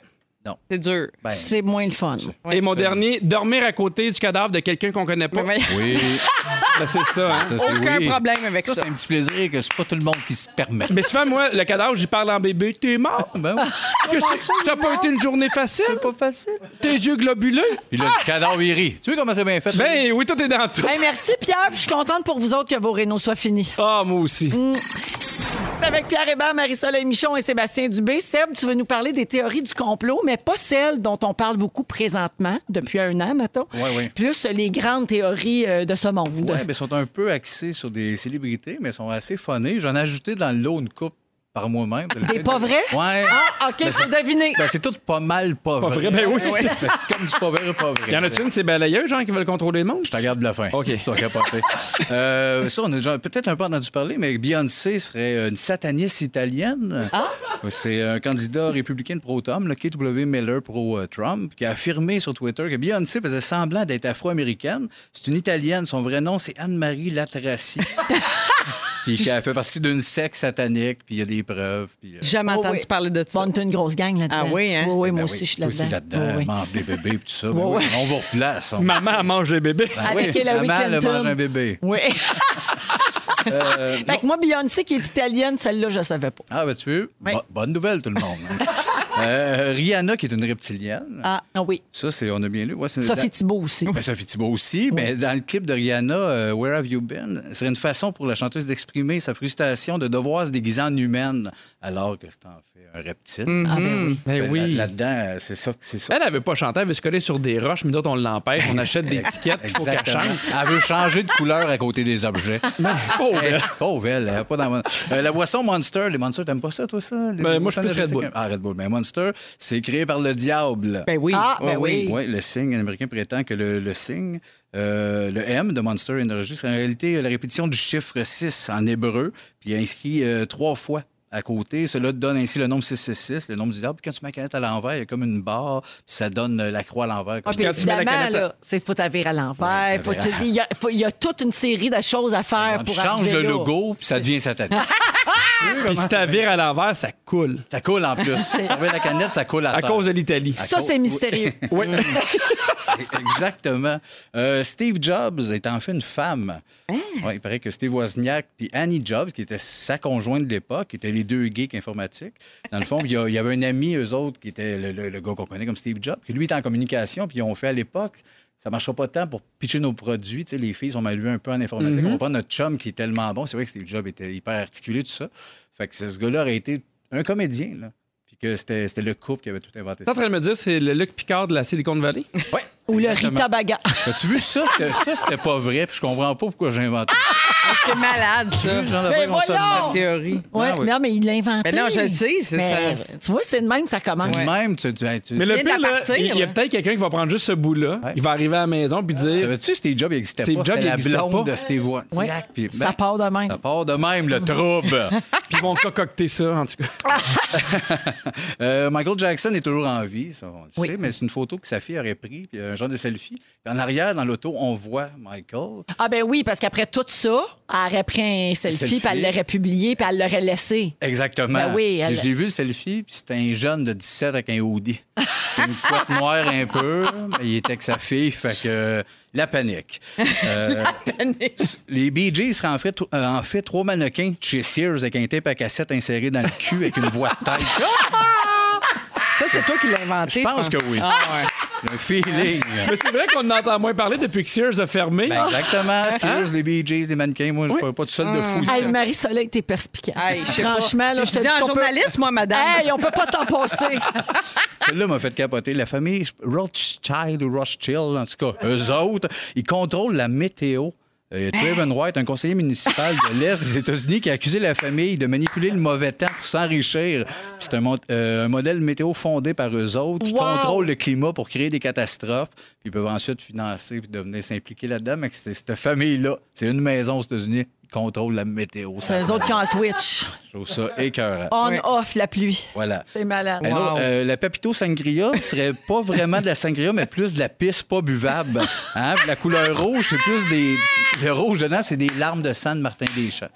D: C'est dur.
C: Ben,
B: c'est moins le fun.
A: Et mon dernier, dormir à côté du cadavre de quelqu'un qu'on connaît pas.
D: Mais voyons,
C: oui,
A: [laughs] Ben, c'est ça. hein.
C: ça, c'est
D: aucun
C: oui.
D: problème avec
C: Ça,
D: ça.
C: c'est un petit plaisir que c'est pas tout le monde qui se permet.
A: Mais souvent, moi, le cadavre, j'y parle en bébé. T'es mort.
C: Ben oui,
A: Que c'est- ça n'a pas été une journée facile.
C: c'est pas facile.
A: Tes yeux globuleux.
C: Puis là, le cadavre, il rit. Tu vois comment c'est bien fait? ça?
A: Ben oui, tout est dans tout.
H: Hey, merci, Pierre. puis Je suis contente pour vous autres que vos rénaux soient finis.
A: Ah, moi aussi.
B: Avec Pierre Hébert, Marie-Soleil Michon et Sébastien Dubé. Seb, tu veux nous parler des théories du complot, mais pas celles dont on parle beaucoup présentement, depuis un an, mettons.
C: Ouais, ouais.
B: Plus les grandes théories euh, de ce monde.
C: Ouais, ben, ils sont un peu axés sur des célébrités, mais ils sont assez funnés. J'en ai ajouté dans l'eau une coupe par moi-même.
H: T'es pas vrai?
C: Ouais.
H: Ah, OK, faut deviner.
C: Ben, c'est tout pas mal pas,
A: Pas vrai, ben oui.
C: Ben, c'est comme du pas vrai, pas vrai.
A: Il y en a-tu une, c'est balayeux, gens qui veulent contrôler le monde?
C: Je te garde la fin.
A: OK.
C: Tu
B: [laughs]
C: vas capoter. Euh, ça, on a déjà peut-être un peu entendu parler, mais Beyoncé serait une sataniste italienne.
B: Ah?
C: C'est un candidat républicain de pro-Tom, le KW Miller pro-Trump, qui a affirmé sur Twitter que Beyoncé faisait semblant d'être afro-américaine. C'est une italienne. Son vrai nom, c'est
B: [laughs]
C: Anne-Marie Latraci. puis qu'elle fait partie d'une secte satanique, puis il y a des preuves. Puis, euh,
D: Jamais
B: Oh,
D: entendu
B: oui.
D: parler de ça.
B: Bon, t'as une grosse gang là-dedans.
D: Ah oui, hein?
B: Oui, oui, moi
C: ben
B: aussi, je suis
C: toi
B: là-dedans.
C: aussi là-dedans,
B: Oui, oui.
C: mange des bébés, puis tout ça. Ben oui, On vous replace. on-
A: Maman, elle mange les bébés.
C: Ben
B: Avec
C: oui,
B: Hillary
C: maman, elle
B: Clinton.
C: mange un bébé.
B: [laughs] Oui.
C: Euh,
B: fait que moi, Beyoncé, qui est italienne, celle-là, je savais pas.
C: Ah, ben tu veux? Bo- bonne nouvelle, tout le monde. hein.
A: [laughs]
C: Euh, Rihanna, qui est une reptilienne.
B: Ah, oui.
C: Ça, c'est, on a bien lu. Ouais, c'est-
B: Sophie Thibault aussi.
C: Ben, Sophie Thibault aussi. Mais dans le clip de Rihanna, euh, Where Have You Been, serait une façon pour la chanteuse d'exprimer sa frustration de devoir se déguiser en humaine, alors que c'est en fait un reptile.
B: Ah, ben oui.
A: Ben
C: Ben,
A: oui.
C: là- Là-dedans, euh, c'est ça. que- C'est ça.
A: Elle avait pas chanté, elle veut se coller sur des roches, mais d'autres, on l'empêche, [laughs] on achète des tickets, il faut qu'elle
C: Exactement.
A: chante.
C: Elle veut changer de couleur à côté des objets. [laughs]
A: Pauvre.
C: Eh, Pauvre elle, elle a pas dans mon- Euh, la boisson Monster, les Monsters, t'aimes pas ça, toi, ça? Les-
A: Ben, moi, je suis
C: les-
A: plus Red Bull.
C: Ah, Red Bull. Mais Monster, c'est créé par le diable.
D: Ben oui.
B: Ah, ben oui.
C: Oui, le signe américain prétend que le, le signe, euh, le M de Monster Energy, c'est en réalité euh, la répétition du chiffre 6 en hébreu, puis inscrit euh, trois fois à côté. Cela donne ainsi le nombre 666, le nombre du diable. Puis quand tu mets la canette à l'envers, il y a comme une barre, puis ça donne euh, la croix à l'envers.
B: Ah,
C: comme-
B: puis
A: Quand tu mets la
B: évidemment,
A: canette à-
B: là, c'est faut t'avérer à l'envers.
C: Ouais,
B: faut
C: t'avérer à-
B: te- Il y, a- faut- il y a toute une série de choses à faire
C: tu
B: pour
C: changes
B: arriver
C: le
B: là.
C: logo, puis ça devient satanique.
A: Puis si t'as viré à l'envers, ça coule.
C: ça coule en plus. Si tu remets la canette, ça coule
A: À
C: terre.
A: cause de l'Italie.
B: Ça, c'est mystérieux.
A: Oui.
D: Mm.
C: [laughs] Exactement. Euh, Steve Jobs est en fait une femme.
B: Hein?
C: Ouais, il paraît que Steve Wozniak puis Annie Jobs, qui était sa conjointe de l'époque, étaient les deux geeks informatiques. Dans le fond, il y, a- il y avait un ami, eux autres, qui était le, le- le gars qu'on connaît comme Steve Jobs, qui lui était en communication, puis ils ont fait à l'époque. Ça ne marchera pas tant pour pitcher nos produits. Tu sais, les filles sont mal vues un peu en informatique.
B: Mm-hmm.
C: On va prendre notre chum qui est tellement bon. C'est vrai que Steve Jobs était hyper articulé, tout ça. Fait que ce gars-là aurait été un comédien, là. Puis que c'était c'était le couple qui avait tout inventé.
A: T'es en train de me dire, c'est le Luc Picard de la Silicon
D: [laughs]
A: Valley?
C: Ouais,
B: Ou le
C: exactement. Ah
B: Rita Baga. Ah,
C: As-tu vu ça? C'était- Ça, c'était pas vrai, puis je comprends pas pourquoi j'ai inventé ça.
D: [laughs] C'est malade, ça.
C: J'en
H: Mais
C: avais mon
H: voyons!
D: Cette théorie.
B: Ben, Ouais,
C: Ah oui.
B: Non, mais il l'a inventé.
D: Mais non, je le sais, c'est
B: Mais
D: ça.
B: Tu vois, c'est de même que ça commence.
C: C'est le même, tu, tu, tu-
A: Mais le
D: viens de
A: pire, là,
D: partir,
A: il y a
D: là.
A: peut-être quelqu'un qui va prendre juste ce bout-là.
C: Ouais.
A: Il va arriver à la maison puis dire
C: Savais-tu Steve Jobs il existait
A: Steve
C: pas?
A: Jobs,
C: C'était
A: il
C: la
A: existait
C: blonde
A: pas.
C: de Steve Jobs.
B: Ouais.
C: Zac, puis
B: Ça
C: ben,
B: part de même.
C: Ça part de même, le
B: [laughs]
C: trouble.
A: puis ils vont concocter ça, en tout cas.
C: Euh, Michael Jackson est toujours en vie, ça, on le
B: Oui.
C: sait, mais c'est une photo que sa fille aurait prise, puis un genre de selfie. Puis en arrière, dans l'auto, on voit Michael.
B: Ah ben oui, parce qu'après tout ça, elle aurait pris un selfie,
C: Selfie.
B: puis elle l'aurait publié, puis elle l'aurait laissé.
C: Exactement.
B: Ben oui,
C: Puis
B: elle-
C: Je l'ai vu, le selfie, puis c'était un jeune de 17 avec un hoodie. une couette noire un peu. mais Il était avec sa fille, fait que euh, la panique. Euh, Les Bee Gees seraient en fait, euh, en fait trois mannequins de chez Sears avec un tape à cassette inséré dans le cul avec une voix de tête.
D: Ça, c'est toi qui l'as inventé.
C: Je pense que oui.
D: Ah, ouais.
C: Le feeling.
A: Mais c'est vrai qu'on en entend moins parler depuis que Sears a fermé.
C: Ben, exactement. Sears, les Bee Gees, les mannequins. Moi, je ne pas tout seul de fou. ici.
B: Hey, Marie-Soleil, t'es perspicace.
D: Hey, je sais pas.
B: Franchement, là,
D: Je
B: je
D: suis
B: te dis
D: dans
B: qu'on peut-
D: journaliste, moi, madame.
B: Hey, on peut pas t'en passer.
C: Celle-là m'a fait capoter. La famille Rothschild ou Rothschild, en tout cas, eux autres, ils contrôlent la météo. Euh,
H: Hein?
C: Trayvon White, un conseiller municipal de l'Est des États-Unis, qui a accusé la famille de manipuler le mauvais temps pour
H: Ah.
C: s'enrichir. Puis C'est un, mon- euh, un modèle météo fondé par eux autres qui
B: Wow!
C: contrôle le climat pour créer des catastrophes. Puis ils peuvent ensuite financer puis devenir s'impliquer là-dedans. Mais c'est- cette famille-là, c'est une maison aux États-Unis, ils contrôlent la météo.
H: [laughs] C'est eux autres qui ont un switch.
C: Je trouve ça écœurant.
H: On-off, la pluie.
C: Voilà.
H: C'est malade.
C: Un autre, euh, la Papito Sangria serait pas vraiment de la sangria, mais plus de la pisse pas buvable. Hein? Puis La couleur rouge, c'est plus des. Le rouge dedans, c'est des larmes de sang de Martin Deschamps.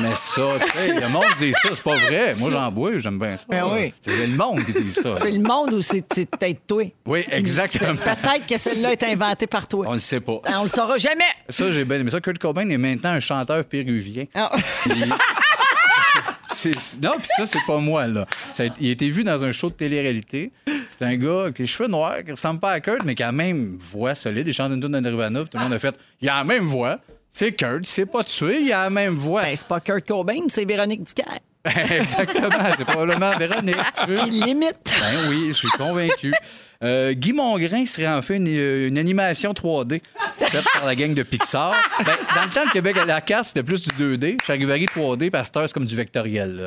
C: Mais ça, tu sais, le monde dit ça, c'est pas vrai. Moi, j'en bois, j'aime bien ça.
H: Ben oui.
C: C'est le monde qui dit ça.
H: C'est le monde ou c'est c'est peut-être toi?
C: Oui, exactement.
H: Peut-être que celle-là
D: [laughs]
H: est inventée par toi.
C: On ne sait pas.
H: Ben, On le saura jamais.
C: Ça, j'ai bien aimé ça. Kurt Cobain est maintenant un chanteur péruvien.
D: Ah.
C: Puis- c'est- non, puis ça, c'est pas moi, là. Ça a- il a été vu dans un show de télé-réalité. C'est un gars avec les cheveux noirs, qui ressemble pas à Kurt, mais qui a la même voix solide. Il chante une tune de Nirvana, puis tout le monde a fait il a la même voix. C'est Kurt, il s'est pas tué, il a la même voix.
H: Ben, c'est pas Kurt Cobain, c'est Véronique
D: [laughs]
H: Dicker
C: [laughs] Exactement, c'est probablement Véronique, tu veux.
H: qui l'imite.
C: Ben oui, je suis convaincu. Euh, Guy Mongrain serait en fait une, euh, une animation 3D faite par la gang de Pixar. Ben, dans le temps, le Québec à la carte, c'était plus du 2D. Charivary 3D, Pasteur, c'est comme du vectoriel. là.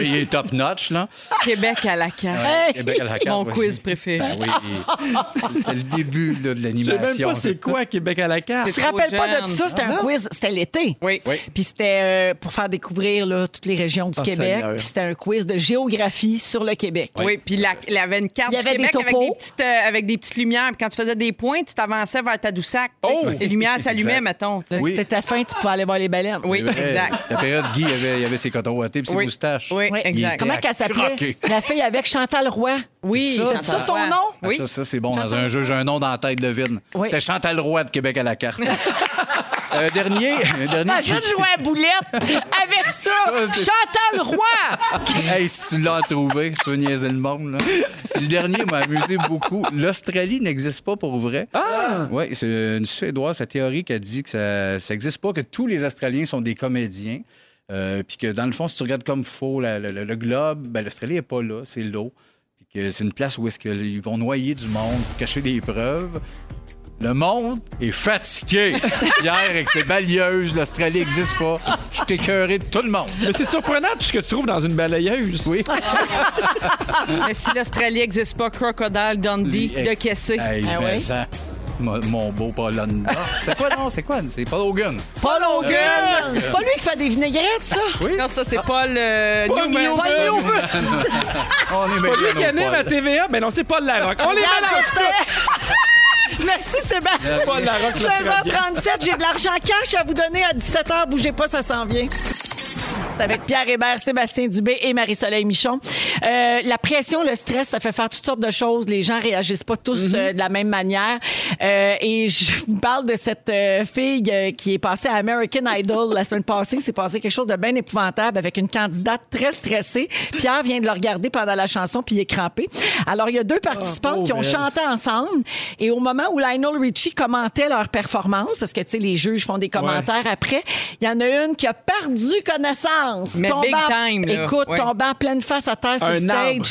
C: Il est top notch, là.
D: Québec à la carte.
C: Ouais, Québec à la carte,
D: Mon
C: ouais.
D: quiz préféré.
C: Ben oui. C'était le début là, de
A: Je sais même
C: l'animation.
A: pas c'est quoi Québec à la carte.
D: C'est
H: Tu te
D: trop
H: rappelles pas de
D: jeune.
H: ça? C'était un quiz, c'était l'été.
D: Oui.
C: Oui. Ah,
H: Puis c'était euh, pour faire découvrir là, toutes les régions du
A: Oh,
H: Québec.
A: Seigneur.
H: Puis c'était un quiz de géographie sur le Québec.
D: Oui, puis la- il avait une carte
B: Il y avait
D: du Québec
B: des
D: avec,
B: topos.
D: des petites, euh, avec des petites lumières. Puis quand tu faisais des points, tu t'avançais vers Tadoussac. tu sais.
A: Oh!
D: Les lumières s'allumaient,
C: Exact.
D: mettons. tu sais.
C: Oui.
B: C'était ta fin, tu pouvais aller voir les baleines.
D: Oui,
C: C'est vrai.
D: exact.
C: La période, Guy, il avait, il avait ses cotons wattés et ses
D: Oui.
C: moustaches.
D: Oui,
C: Il
D: exact.
C: était
B: Comment qu'elle s'appelait?
C: croquer.
B: La fille avec Chantal Roy.
D: Oui,
C: C'est
H: ça, ça, son nom?
C: Ah,
D: Oui.
C: Ça, ça, c'est bon. Dans un jeu, j'ai un nom dans la tête de vide.
B: Oui.
C: C'était Chantal Roy de Québec à la carte. Euh, dernier. euh, dernier
H: Ah,
B: Imagine
C: qui-
B: jouer à boulette
C: [laughs]
B: avec ça.
C: Ça, c'est-
B: Chantal Roy.
C: Hey, si tu l'as trouvé, tu veux niaiser le monde. là. Le dernier m'a amusé beaucoup. L'Australie n'existe pas pour vrai. Ah! Oui, c'est une Suédoise, sa théorie qui a dit que ça n'existe pas, que tous les Australiens sont des comédiens. Euh, Puis que dans le fond, si tu regardes comme faux la- le, le- le globe, ben, l'Australie n'est pas là, c'est l'eau. Puis que c'est une place où est-ce qu'ils vont noyer du monde, cacher des preuves. Le monde est fatigué. Hier, avec ses balayeuses, l'Australie n'existe pas. Je suis écœuré de tout le monde.
A: Mais c'est surprenant tout ce que tu trouves dans une balayeuse.
C: Oui.
D: Mais si l'Australie n'existe pas, Crocodile Dundee
A: E
C: Les-
D: de Kessé.
C: Hey,
B: Ah
C: mais
B: oui?
C: ça, mon, mon beau Paul Hogan. C'est quoi, non? C'est quoi? C'est Paul Hogan.
H: Paul
A: Euh,
H: Hogan! Pas lui qui fait des vinaigrettes, ça?
D: Non, ça, c'est pas le...
A: Paul Newman.
H: Paul Newman.
C: Ah, On est
A: Pas lui qui
C: bien au
A: anime à
C: Paul.
A: TVA, mais Ben non, c'est Paul Larocque. On les mélange
H: Merci, Sébastien.
A: Paul Larocque, le Sérapien.
H: 16h37, j'ai de l'argent cash à vous donner à 17h. Bougez pas, ça s'en vient.
B: C'est avec Pierre Hébert, Sébastien Dubé et Marie-Soleil Michon. Euh, la pression, le stress, ça fait faire toutes sortes de choses. Les gens réagissent pas tous
H: Mhm.
B: euh, de la même manière. Euh, et je [laughs] vous parle de cette euh, fille euh, qui est passée à American Idol la semaine passée. C'est passé quelque chose de bien épouvantable avec une candidate très stressée. Pierre vient de le regarder pendant la chanson puis il est crampé. Alors, il y a
D: Oh,
B: deux participantes qui ont chanté ensemble. Et au moment où Lionel Richie commentait leur performance, parce que, tu sais, les juges font des commentaires après, il y en a une qui a perdu connaissance.
D: Mais
B: Tombant-
D: big time, là.
B: Écoute,
D: Ouais.
B: tombant pleine face à terre sur
A: Un
B: le stage.
A: arbre.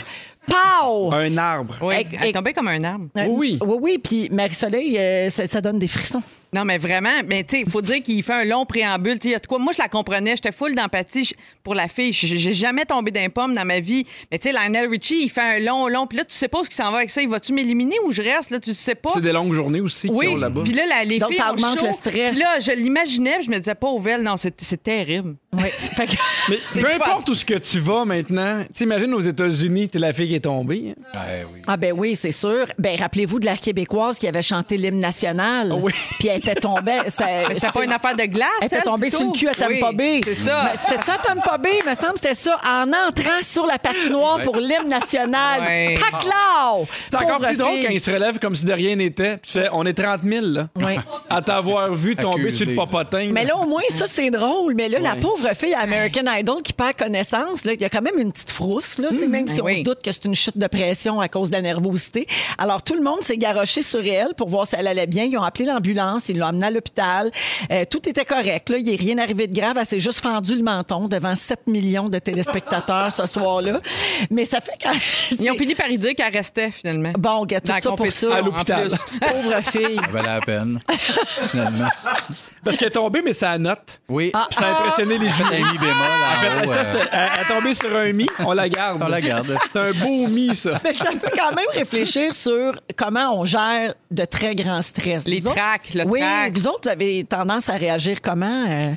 B: Pow!
A: Un arbre.
D: Oui,
B: Hey,
D: elle
B: hey.
D: tombait comme un arbre.
A: Oui.
B: Oui, oui, puis Marie-Soleil, euh, ça, ça donne des frissons.
D: Non, mais vraiment, mais tu sais, il faut dire qu'il fait un long préambule. Tu sais, il y a de quoi. Moi, je la comprenais. J'étais full d'empathie je- pour la fille. Je- J'ai jamais tombé d'un pomme dans ma vie. Mais tu sais, Lionel Richie, il fait un long, long. Puis là, tu sais pas où il s'en va avec ça. Il va-tu m'éliminer ou je reste? Là, tu sais pas.
A: C'est des longues journées aussi qui
D: Oui,
A: sont là-bas.
D: puis là, la- les
B: Donc,
D: filles
B: ça
D: ont
B: augmente
D: chaud.
B: le stress.
D: Puis là, je l'imaginais, puis je me disais pas, Ovel, non, c'est c'est terrible.
B: Oui. [laughs] Fait que-
A: Mais peu
D: fun.
A: importe où ce que tu vas maintenant, t'imagines aux États-Unis, t'es la fille qui est tombée. hein.
C: Ben oui.
B: Ah ben oui, c'est sûr. Ben rappelez-vous de la québécoise qui avait chanté l'hymne national.
A: oui.
B: Puis elle était
D: [laughs]
B: tombée. ça-
D: Mais c'était pas
B: sur-
D: une affaire de glace.
B: Elle était tombée sur le cul à
D: plutôt?
B: Tampa
D: Oui,
B: Bay.
D: C'est ça.
B: Mais C'était à Tampa Bay, me semble, c'était ça, en entrant sur la patinoire pour l'hymne national.
D: Ouais.
B: Paclao!
A: C'est encore
B: Pauvre
A: plus drôle
B: fille.
A: quand ils se relèvent comme si de rien n'était. Puis tu fais, on est 30 000 là,
B: Oui.
A: à t'avoir vu tomber
C: Accusé,
A: sur le
C: là.
A: popotin.
H: Mais là, au moins, ça, c'est drôle. Mais là, la pauvre fille à American Idol qui perd connaissance, là, il y a quand même une petite frousse, là, tu sais, même si on
D: Mm, ben Oui.
H: se doute que c'est une chute de pression à cause de la nervosité. Alors, tout le monde s'est garoché sur elle pour voir si elle allait bien. Ils ont appelé l'ambulance, ils l'ont amenée à l'hôpital. Euh, tout était correct. Là. Il n'est rien arrivé de grave. Elle s'est juste fendue le menton devant 7 millions de téléspectateurs ce soir-là. Mais ça fait [laughs] quand
D: Ils ont fini par y dire qu'elle restait, finalement.
B: Ah,
H: Bon, gars, tout
D: Dans la
H: ça pour
D: compétition,
H: ça.
A: À l'hôpital.
D: en plus.
H: Pauvre fille.
C: Ça valait la peine, finalement.
A: [laughs] Parce qu'elle est tombée, mais ça note.
C: Oui.
A: Puis ça a impressionné les
C: Un
A: jurys.
C: mi bémol.
A: En fait,
C: en haut,
A: ça,
C: euh,
A: c'était- elle elle est tombée sur un mi, on la garde.
C: On la garde.
A: C'est un beau mi, ça.
H: Mais ça fait quand même réfléchir sur comment on gère de très grands stress.
D: Les
H: Vous autres-
D: tracts, le
H: Oui,
D: trac.
H: vous autres, vous avez tendance à réagir comment? euh?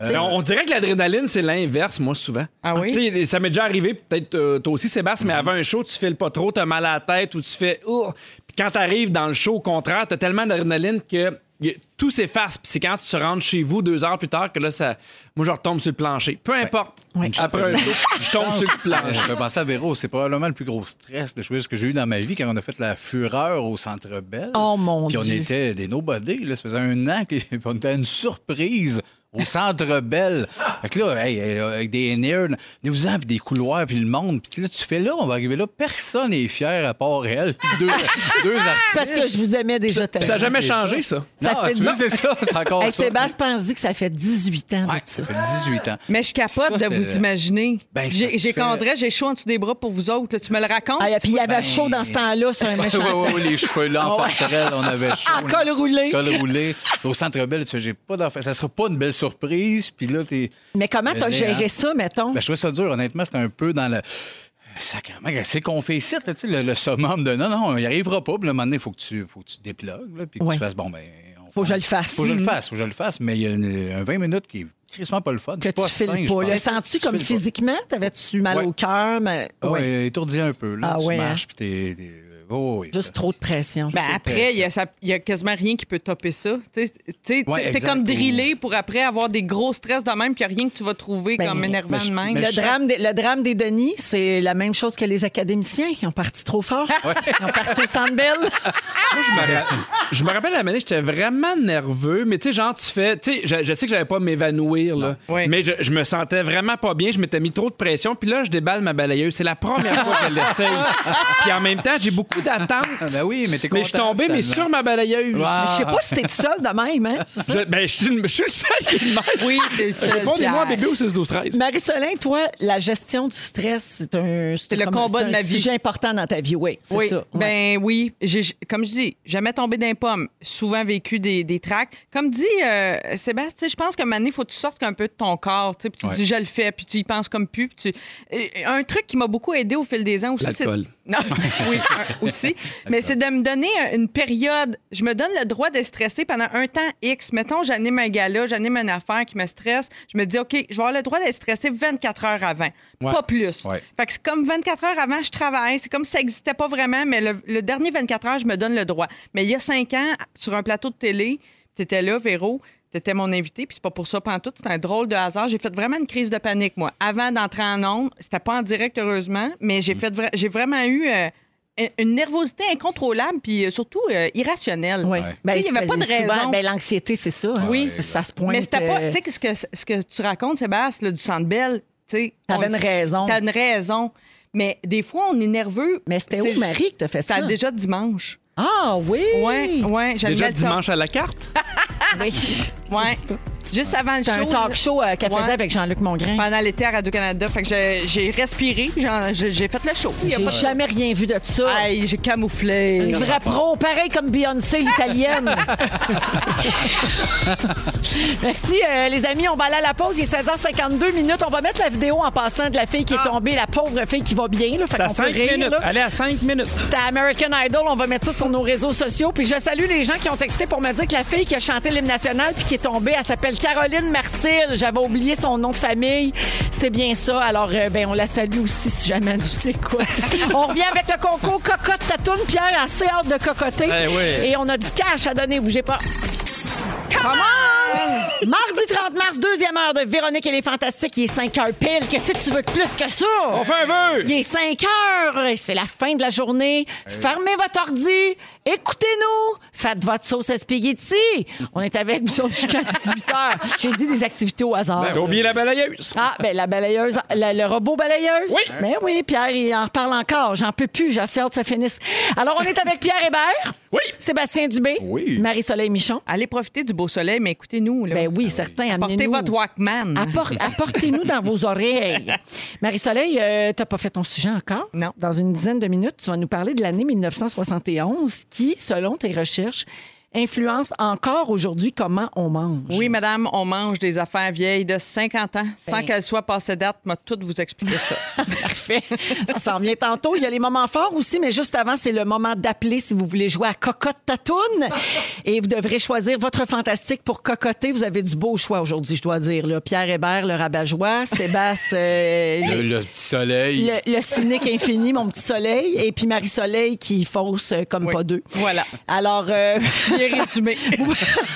A: Mais Euh, on, on dirait que l'adrénaline, c'est l'inverse, moi, souvent.
D: Ah oui?
A: Tu sais, ça m'est déjà arrivé, peut-être euh, toi aussi, Sébastien, mais avant un show, tu files pas trop, t'as mal à la tête ou tu fais. Oh! Puis quand t'arrives dans le show, au contraire, t'as tellement d'adrénaline que y a- tout s'efface. Puis c'est quand tu rentres chez vous deux heures plus tard que là, ça. Moi, je retombe sur le plancher. Peu importe. Après un show, je tombe sur le
C: Euh,
A: plancher.
C: Je vais penser à Véro, c'est probablement le plus gros stress de choisir ce que j'ai eu dans ma vie quand on a fait la fureur au Centre Bell.
H: Oh, mon
C: Puis on
H: Dieu.
C: était des nobody, là, ça faisait un an [laughs] qu'on était à une surprise au Centre Bell. Fait que là, hey, hey, avec des nerfs, nous en puis des couloirs, puis le monde. Puis là, tu fais là, on va arriver là, personne n'est fier à part elle. [laughs] Deux, deux artistes.
H: Parce que je vous aimais déjà tellement.
A: Ça n'a jamais changé, ça.
H: ça
C: non,
H: fait
C: tu
H: de-
C: veux, c'est ça, c'est encore
B: Hey,
C: ça.
B: Sébastien pense dit que ça fait 18 ans de
C: Ouais,
B: ça.
C: ça fait 18 ans.
D: Mais je
C: Ça,
D: capote de
C: c'était-
D: vous imaginer.
C: Ben, c'est parce
D: j'ai
C: que
D: j'ai
C: tu fais-
D: qu'on dirait, j'ai chaud en dessous des bras pour vous autres. là. Tu me le racontes?
B: Ah, et puis il y avait chaud dans ce temps-là sur un
C: [laughs] Ouais,
B: méchant.
C: ouais, ouais, les cheveux là, en farterelle, on avait chaud.
H: En Ah, col roulé.
C: Col roulé. Au centre belle, tu fais, j'ai pas d'enfant. Ça sera pas une belle surprise. Puis là, t'es.
H: Mais comment t'as
C: Venez,
H: géré
C: hein.
H: ça, mettons?
C: Ben, je trouvais ça dur, honnêtement. C'était un peu dans le. Sacrement, c'est qu'on fait ici, là, tu sais, le, le summum de non, non, on n'y arrivera pas. Puis là, un moment donné, il faut que tu, faut que tu déplogues, là, puis que
H: Ouais.
C: tu fasses, bon, ben. on-
H: Faut que je le fasse. Mm-hmm.
C: Faut que je le fasse, faut que je le fasse. Mais il y a une- un 20 minutes qui est crissement pas le fun.
H: Que
C: pas
H: tu files
C: sain, je
H: pas.
C: pense.
H: Le sens-tu
C: Tu
H: comme
C: files pas.
H: physiquement? T'avais-tu mal
C: Ouais.
H: au cœur? Mais...
C: Ah
H: Ouais.
C: ouais, étourdi un peu. Là,
H: Ah
C: tu
H: ouais, hein.
C: marches, puis t'es. t'es- oh, oui,
B: Juste trop de pression.
D: Ben,
C: c'est
D: après, il y, a ça- il y a quasiment rien qui peut topper ça. Tu sais, tu sais,
C: Ouais,
D: t'es
C: exact.
D: comme drillé pour après avoir des gros stress de même, puis il y a rien que tu vas trouver
B: Ben,
D: comme énervant
C: mais je-
D: de même. Le
C: mais
H: Le
C: chaque-
H: drame, des, le drame des Denis, c'est la même chose que les académiciens. Ils ont parti trop fort. Ils ont parti au Centre Bell.
A: Je me ra- Je me rappelle la manée, j'étais vraiment nerveux, mais tu sais, genre, tu fais. Tu sais, je, je sais que j'allais pas m'évanouir, là.
D: Ouais.
A: Mais je, je me sentais vraiment pas bien, je m'étais mis trop de pression, puis là, je déballe ma balayeuse. C'est la première fois que je
C: [laughs]
A: l'essaye. Puis en même temps, j'ai beaucoup d'attentes.
C: Ben oui, mais t'es
A: Mais je suis
C: content,
A: tombé, mais
C: finalement.
A: sur ma balayeuse.
C: Ah.
H: Je sais pas si t'es tout seul de même, hein? C'est ça?
A: Je, ben, je suis, une- je suis le seul qui est de même.
D: Oui, t'es le seul,
A: Répondez-moi,
D: Pierre.
A: bébé, au 6 12 13
H: Marie-Solin, toi, la gestion du stress, c'est un,
D: C'est le combat
H: c'est
D: de
H: un
D: ma vie.
H: sujet important dans ta vie, oui. C'est
D: Oui,
H: ça. ouais.
D: ben oui. J'ai- j'ai- comme je dis, jamais tombé d'un pomme. Souvent vécu des, des tracts. Comme dit euh, Sébastien, tu sais, je pense que Mané, faut que tu sortes un peu de ton corps. tu sais, Puis tu
C: Ouais.
D: dis, je le fais, puis tu y penses comme plus. puis tu- Euh, Un truc qui m'a beaucoup aidé au fil des ans aussi. c'est-
A: L'alcool.
D: Non, [laughs]
C: [laughs]
D: oui, un- aussi. Mais c'est de me donner une période. Je me donne le droit de stresser pendant un temps X. Mettons, j'anime un gala, j'anime une affaire qui me stresse. Je me dis, OK, je vais avoir le droit d'être stressé 24 heures avant. Pas plus.
C: Ouais.
D: Fait que c'est comme 24 heures avant, je travaille. C'est comme si ça n'existait pas vraiment, mais le, le dernier 24 heures, je me donne le droit. Mais il y a cinq ans, sur un plateau de télé, tu étais là, Véro. T'étais mon invité, puis c'est pas pour ça pantoute, c'est un drôle de hasard. J'ai fait vraiment une crise de panique, moi. Avant d'entrer en ondes, c'était pas en direct, heureusement, mais j'ai fait vra- j'ai vraiment eu euh, une nervosité incontrôlable, puis euh, surtout euh, irrationnelle.
B: Ouais.
C: Ouais.
B: Ben,
D: Tu sais, il y avait
B: c'est-
D: pas de
B: souvent,
D: raison.
B: ben, l'anxiété, c'est ça. hein.
C: Oui.
B: Ça- Ça se pointe.
D: Mais c'était pas.
B: euh,
D: Tu sais, ce que, ce que tu racontes, Sébastien, là, du Sandbell, tu sais.
B: T'avais une
D: on-
B: raison.
D: T'as une raison. Mais des fois, on est nerveux.
B: Mais c'était où,
D: C'est-
B: Marie, que t'as fait ça?
D: C'était déjà dimanche.
B: Ah oui!
D: Ouais, ouais, j'allais
A: Déjà
D: mettre ça.
C: Ah,
H: Ah!
A: dimanche à la carte?
B: Oui.
D: Ouais. Juste avant le show.
B: C'est un talk show euh, qu'elle faisait
D: Ouais.
B: avec Jean-Luc Mongrain.
D: Pendant l'été à Radio-Canada. Fait que j'ai- j'ai respiré, puis j'en- j'ai j'ai fait le show. Il y a
B: J'ai
D: pas de- Ah,
B: jamais rien vu de ça.
D: Aïe, j'ai
B: Une
D: camouflé.
B: vraie pro, pareil comme Beyoncé, l'italienne.
A: [laughs]
B: Merci, euh, les amis. On va aller à la pause. Il est 16h52 minutes. On va mettre la vidéo en passant de la fille qui est tombée, la pauvre fille qui va bien. Là, fait
A: Ah. C'est à
B: qu'on peut
A: 5
B: rire,
A: minutes.
B: là.
A: Allez à 5 minutes.
B: C'était American Idol. On va mettre ça sur nos réseaux sociaux. Puis je salue les gens qui ont texté pour me dire que la fille qui a chanté l'hymne national puis qui est tombée, elle s'appelle Caroline Marcille. J'avais oublié son nom de famille. C'est bien ça. Alors, euh, ben, on la salue aussi si jamais elle nous sait quoi. on revient avec le concours Cocotte Tatoune. Pierre a assez hâte de cocoter.
A: Eh oui.
B: Et on a du cash à donner. Bougez pas. Come on! Mardi 30 mars, deuxième heure de Véronique et les Fantastiques. Il est 5 heures pile. Qu'est-ce que tu veux de plus que ça?
A: On fait un vœu.
B: Il est 5 heures et c'est la fin de la journée.
A: Eh
B: Fermez votre ordi, écoutez-nous, faites votre sauce à spaghetti. On est avec vous autres
A: [laughs]
B: jusqu'à 18 heures. J'ai dit des activités au hasard.
A: T'as oublié la balayeuse.
B: Ah, ben la balayeuse, la- le robot balayeuse.
A: Oui.
B: Ben oui, Pierre, il en reparle encore. J'en peux plus, j'ai assez hâte que ça finisse. Alors, on est avec Pierre Hébert.
A: Oui.
B: Sébastien Dubé.
C: Oui.
B: Marie-Soleil Michon.
D: Allez profiter du beau soleil, mais écoutez-nous. là.
B: Ben oui, certains,
D: Portez
B: amenez-nous.
D: votre Walkman.
B: Appor- Apportez-nous dans vos oreilles. Marie-Soleil, tu t'as pas fait ton sujet encore.
D: Non.
B: Dans une dizaine de minutes, tu vas nous parler de l'année 1971 qui, selon tes recherches, influence encore aujourd'hui comment on mange.
D: Oui, madame, on mange des affaires vieilles de 50 ans sans qu'elles soient passées date. Moi, tout vous expliquer ça.
H: [laughs] Parfait. Ça s'en vient tantôt. Il y a les moments forts aussi, mais juste avant, c'est le moment d'appeler si vous voulez jouer à Cocotte Tatoune. Et vous devrez choisir votre fantastique pour cocoter. Vous avez du beau choix aujourd'hui, je dois dire. là. Pierre Hébert, le rabat-joie, Sébastien, euh,
C: Le, le petit soleil.
H: le, le cynique infini, mon petit soleil, et puis Marie-Soleil qui fausse euh, comme pas deux.
D: Voilà.
H: Alors,
D: [laughs]
H: euh,
D: Bien résumé.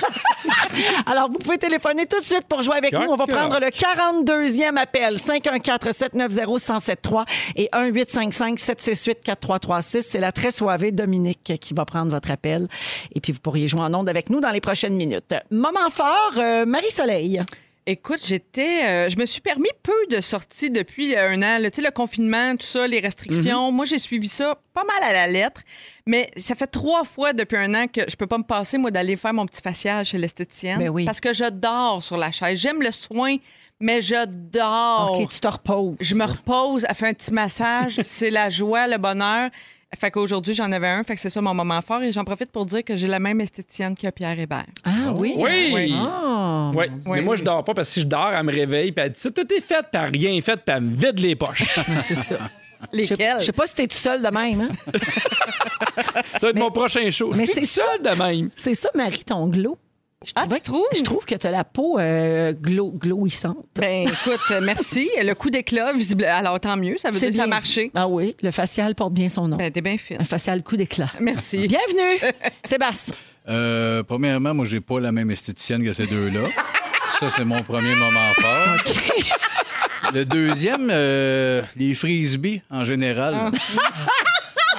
H: [laughs] Alors, vous pouvez téléphoner tout de suite pour jouer avec nous. On va prendre le 42e appel. 514-790-1073 et 1-855-768-4336. C'est la très soivée Dominique qui va prendre votre appel. Et puis, vous pourriez jouer en ondes avec nous dans les prochaines minutes. Moment fort, euh, Marie-Soleil.
D: Écoute, j'étais. euh, je me suis permis peu de sorties depuis euh, un an. là. Tu sais, le confinement, tout ça, les
B: Mm-hmm.
D: restrictions. Moi, j'ai suivi ça pas mal à la lettre. Mais ça fait trois fois depuis un an que je peux pas me passer, moi, d'aller faire mon petit facial chez l'esthéticienne.
B: Ben oui.
D: Parce que je dors sur la chaise. J'aime le soin, mais je dors.
B: OK, tu te reposes.
D: Oh. Je me repose, elle fait un petit
B: [laughs]
D: massage. c'est la joie, le bonheur. Fait qu'aujourd'hui, j'en avais un. Fait que c'est ça mon moment fort. Et j'en profite pour dire que j'ai la même esthéticienne que Pierre Hébert.
B: Ah oui.
A: Oui.
B: Ah.
A: Ouais. Mais moi, je dors pas parce que si je dors, elle me réveille. Puis elle dit Tout est fait, puis elle a rien fait, puis elle me vide les poches.
B: C'est ça. Je
D: Lesquelles?
B: je sais pas si t'es tout seul de même. hein.
A: Ça va être mon prochain show.
B: mais
A: Je suis
B: c'est ça.
A: seul de même.
B: [laughs] C'est ça, Marie, ton glow. Je
D: Ah,
B: trouvais
D: tu trouves?
B: que- Je trouve que t'as la peau euh, glow, glowissante.
D: Ben écoute, euh, merci. Le coup d'éclat, visible. Alors tant mieux, ça veut dire que ça a
B: bien
D: marché.
B: dit. Ah oui, le facial porte bien son nom.
D: Ben t'es bien fine.
B: Un facial coup
D: [laughs]
B: d'éclat.
D: Merci.
B: Bienvenue, Sébastien.
C: Euh, premièrement, moi, j'ai pas la même esthéticienne que ces deux-là. Ça, c'est mon premier moment fort. Le deuxième, euh, les frisbees en
B: Ah.
C: général.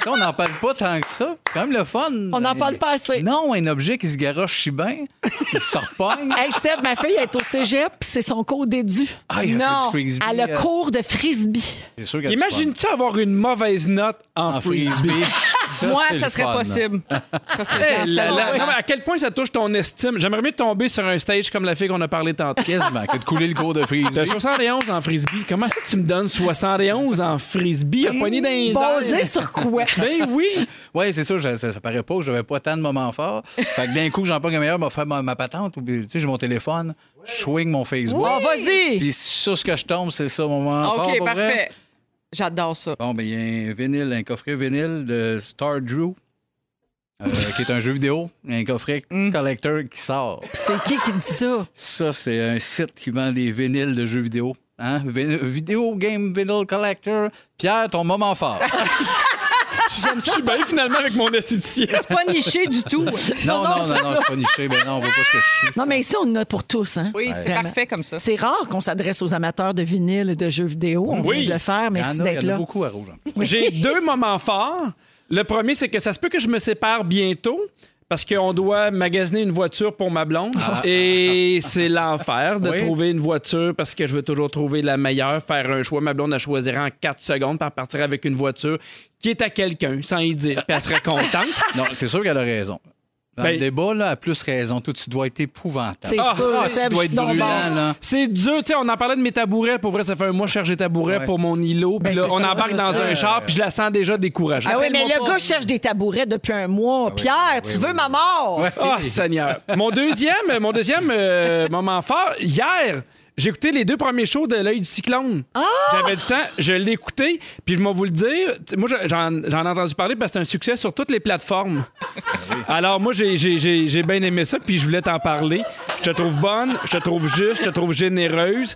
C: Ça, on n'en parle pas tant que ça. C'est quand même le fun.
B: On n'en parle pas assez.
C: Non, un objet qui se garoche si bien, il se repogne.
B: Hey Seb, ma fille est au cégep, puis c'est son cours d'édu.
C: Ah, il y a
D: Non.
C: fait du frisbee.
B: Elle a
C: euh,
B: cours de frisbee.
C: C'est sûr qu'il y a du
A: Imagine-tu avoir une mauvaise note en,
C: fun. en
A: freeze? [laughs]
C: frisbee.
D: Moi,
C: c'est
D: ça
C: le
D: serait
C: fun.
D: possible. Parce que
A: Hey,
D: je
A: là,
D: lance
A: là.
D: tellement
A: Non, mais
D: loin.
A: à quel point ça touche ton estime? J'aimerais mieux tomber sur un stage comme la fille qu'on a parlé
C: [laughs]
A: tantôt.
C: Quasiment, que de couler le cours de
A: T'as
C: frisbee.
A: 71 en frisbee. Comment ça tu me donnes 71 en frisbee? Un poignet d'un
H: Basé sur quoi?
A: Ben oui!
C: Oui, c'est sûr, ça, ça, ça paraît pas, j'avais pas tant de moments
H: [laughs]
C: forts. Fait que d'un coup, j'en pas meilleur m'a fait ma, ma patente, ou puis, tu sais, j'ai mon téléphone, je swing mon Facebook. Ah,
H: Bon, vas-y!
C: Puis sur ce que je tombe, c'est ça mon moment fort.
D: OK,
C: pour vrai.
D: parfait. J'adore ça.
C: Bon, ben, il y a un vinyle, un coffret vinyle de Star Drew, euh, qui est un jeu vidéo, un
H: [laughs]
C: coffret
H: Mm.
C: collector qui sort.
H: C'est qui qui dit ça?
C: Ça, c'est un site qui vend des vinyles de jeux vidéo. Hein? Vin- Video Game Vinyl Collector. Pierre, ton moment
H: [laughs]
C: fort.
A: Je suis bien finalement avec mon esthéticien.
D: Pas niché du tout.
C: non, non, non, non, je suis pas niché. Ben non, on voit pas ce que je suis.
H: Non, mais ici, on en a pour tous. Hein?
D: Oui, c'est
H: Vraiment.
D: parfait comme ça.
H: C'est rare qu'on s'adresse aux amateurs de vinyle et de jeux vidéo. On
A: Oui.
H: vient de le faire.
C: Il y en a-
H: Merci
C: il y
H: d'être
C: en a
H: là.
C: beaucoup à rouge. en
B: [laughs]
C: plus.
A: J'ai deux moments forts. Le premier, c'est que ça se peut que je me sépare bientôt. Parce qu'on doit magasiner une voiture pour ma blonde.
B: Ah.
A: Et c'est l'enfer de
C: Oui.
A: trouver une voiture parce que je veux toujours trouver la meilleure, faire un choix. Ma blonde, elle choisira en 4 secondes par partir
B: [laughs]
A: avec une voiture qui est à quelqu'un, sans y dire. Puis elle serait contente.
C: Non, c'est sûr qu'elle a raison. Dans
A: Ben-
C: le débat, là, à plus raison, tout tu dois être épouvantable.
B: C'est
A: Ah,
B: sûr,
A: ah, tu
B: Seb,
C: dois
B: je suis
C: être
B: donc
C: brûlant,
B: bon.
C: là.
A: C'est dur, tu sais, on en parlait de mes tabourets. Pour vrai, ça fait un mois que je cherche des tabourets
C: Ouais.
A: pour mon îlot. Puis
B: Ben,
A: là,
B: c'est
A: on
B: ça,
A: embarque
B: là,
A: dans
B: ça.
A: un char, puis je la sens déjà découragée.
B: Ah oui, mais
D: Appelle-moi
B: le
D: pas. Ah
B: gars cherche des tabourets depuis un mois. Pierre, tu veux ma mort?
A: Ah, [laughs] Seigneur. Mon deuxième, mon deuxième euh, moment fort, hier, j'ai écouté les deux premiers shows de L'œil du cyclone. J'avais du temps, je l'ai écouté, puis je vais vous le dire. t- Moi, je- j'en j'en ai entendu parler parce que c'est un succès sur toutes les plateformes. Alors, moi, j'ai j'ai- j'ai- j'ai bien aimé ça, puis je voulais t'en parler. Je te trouve bonne, je te trouve juste, je te trouve généreuse.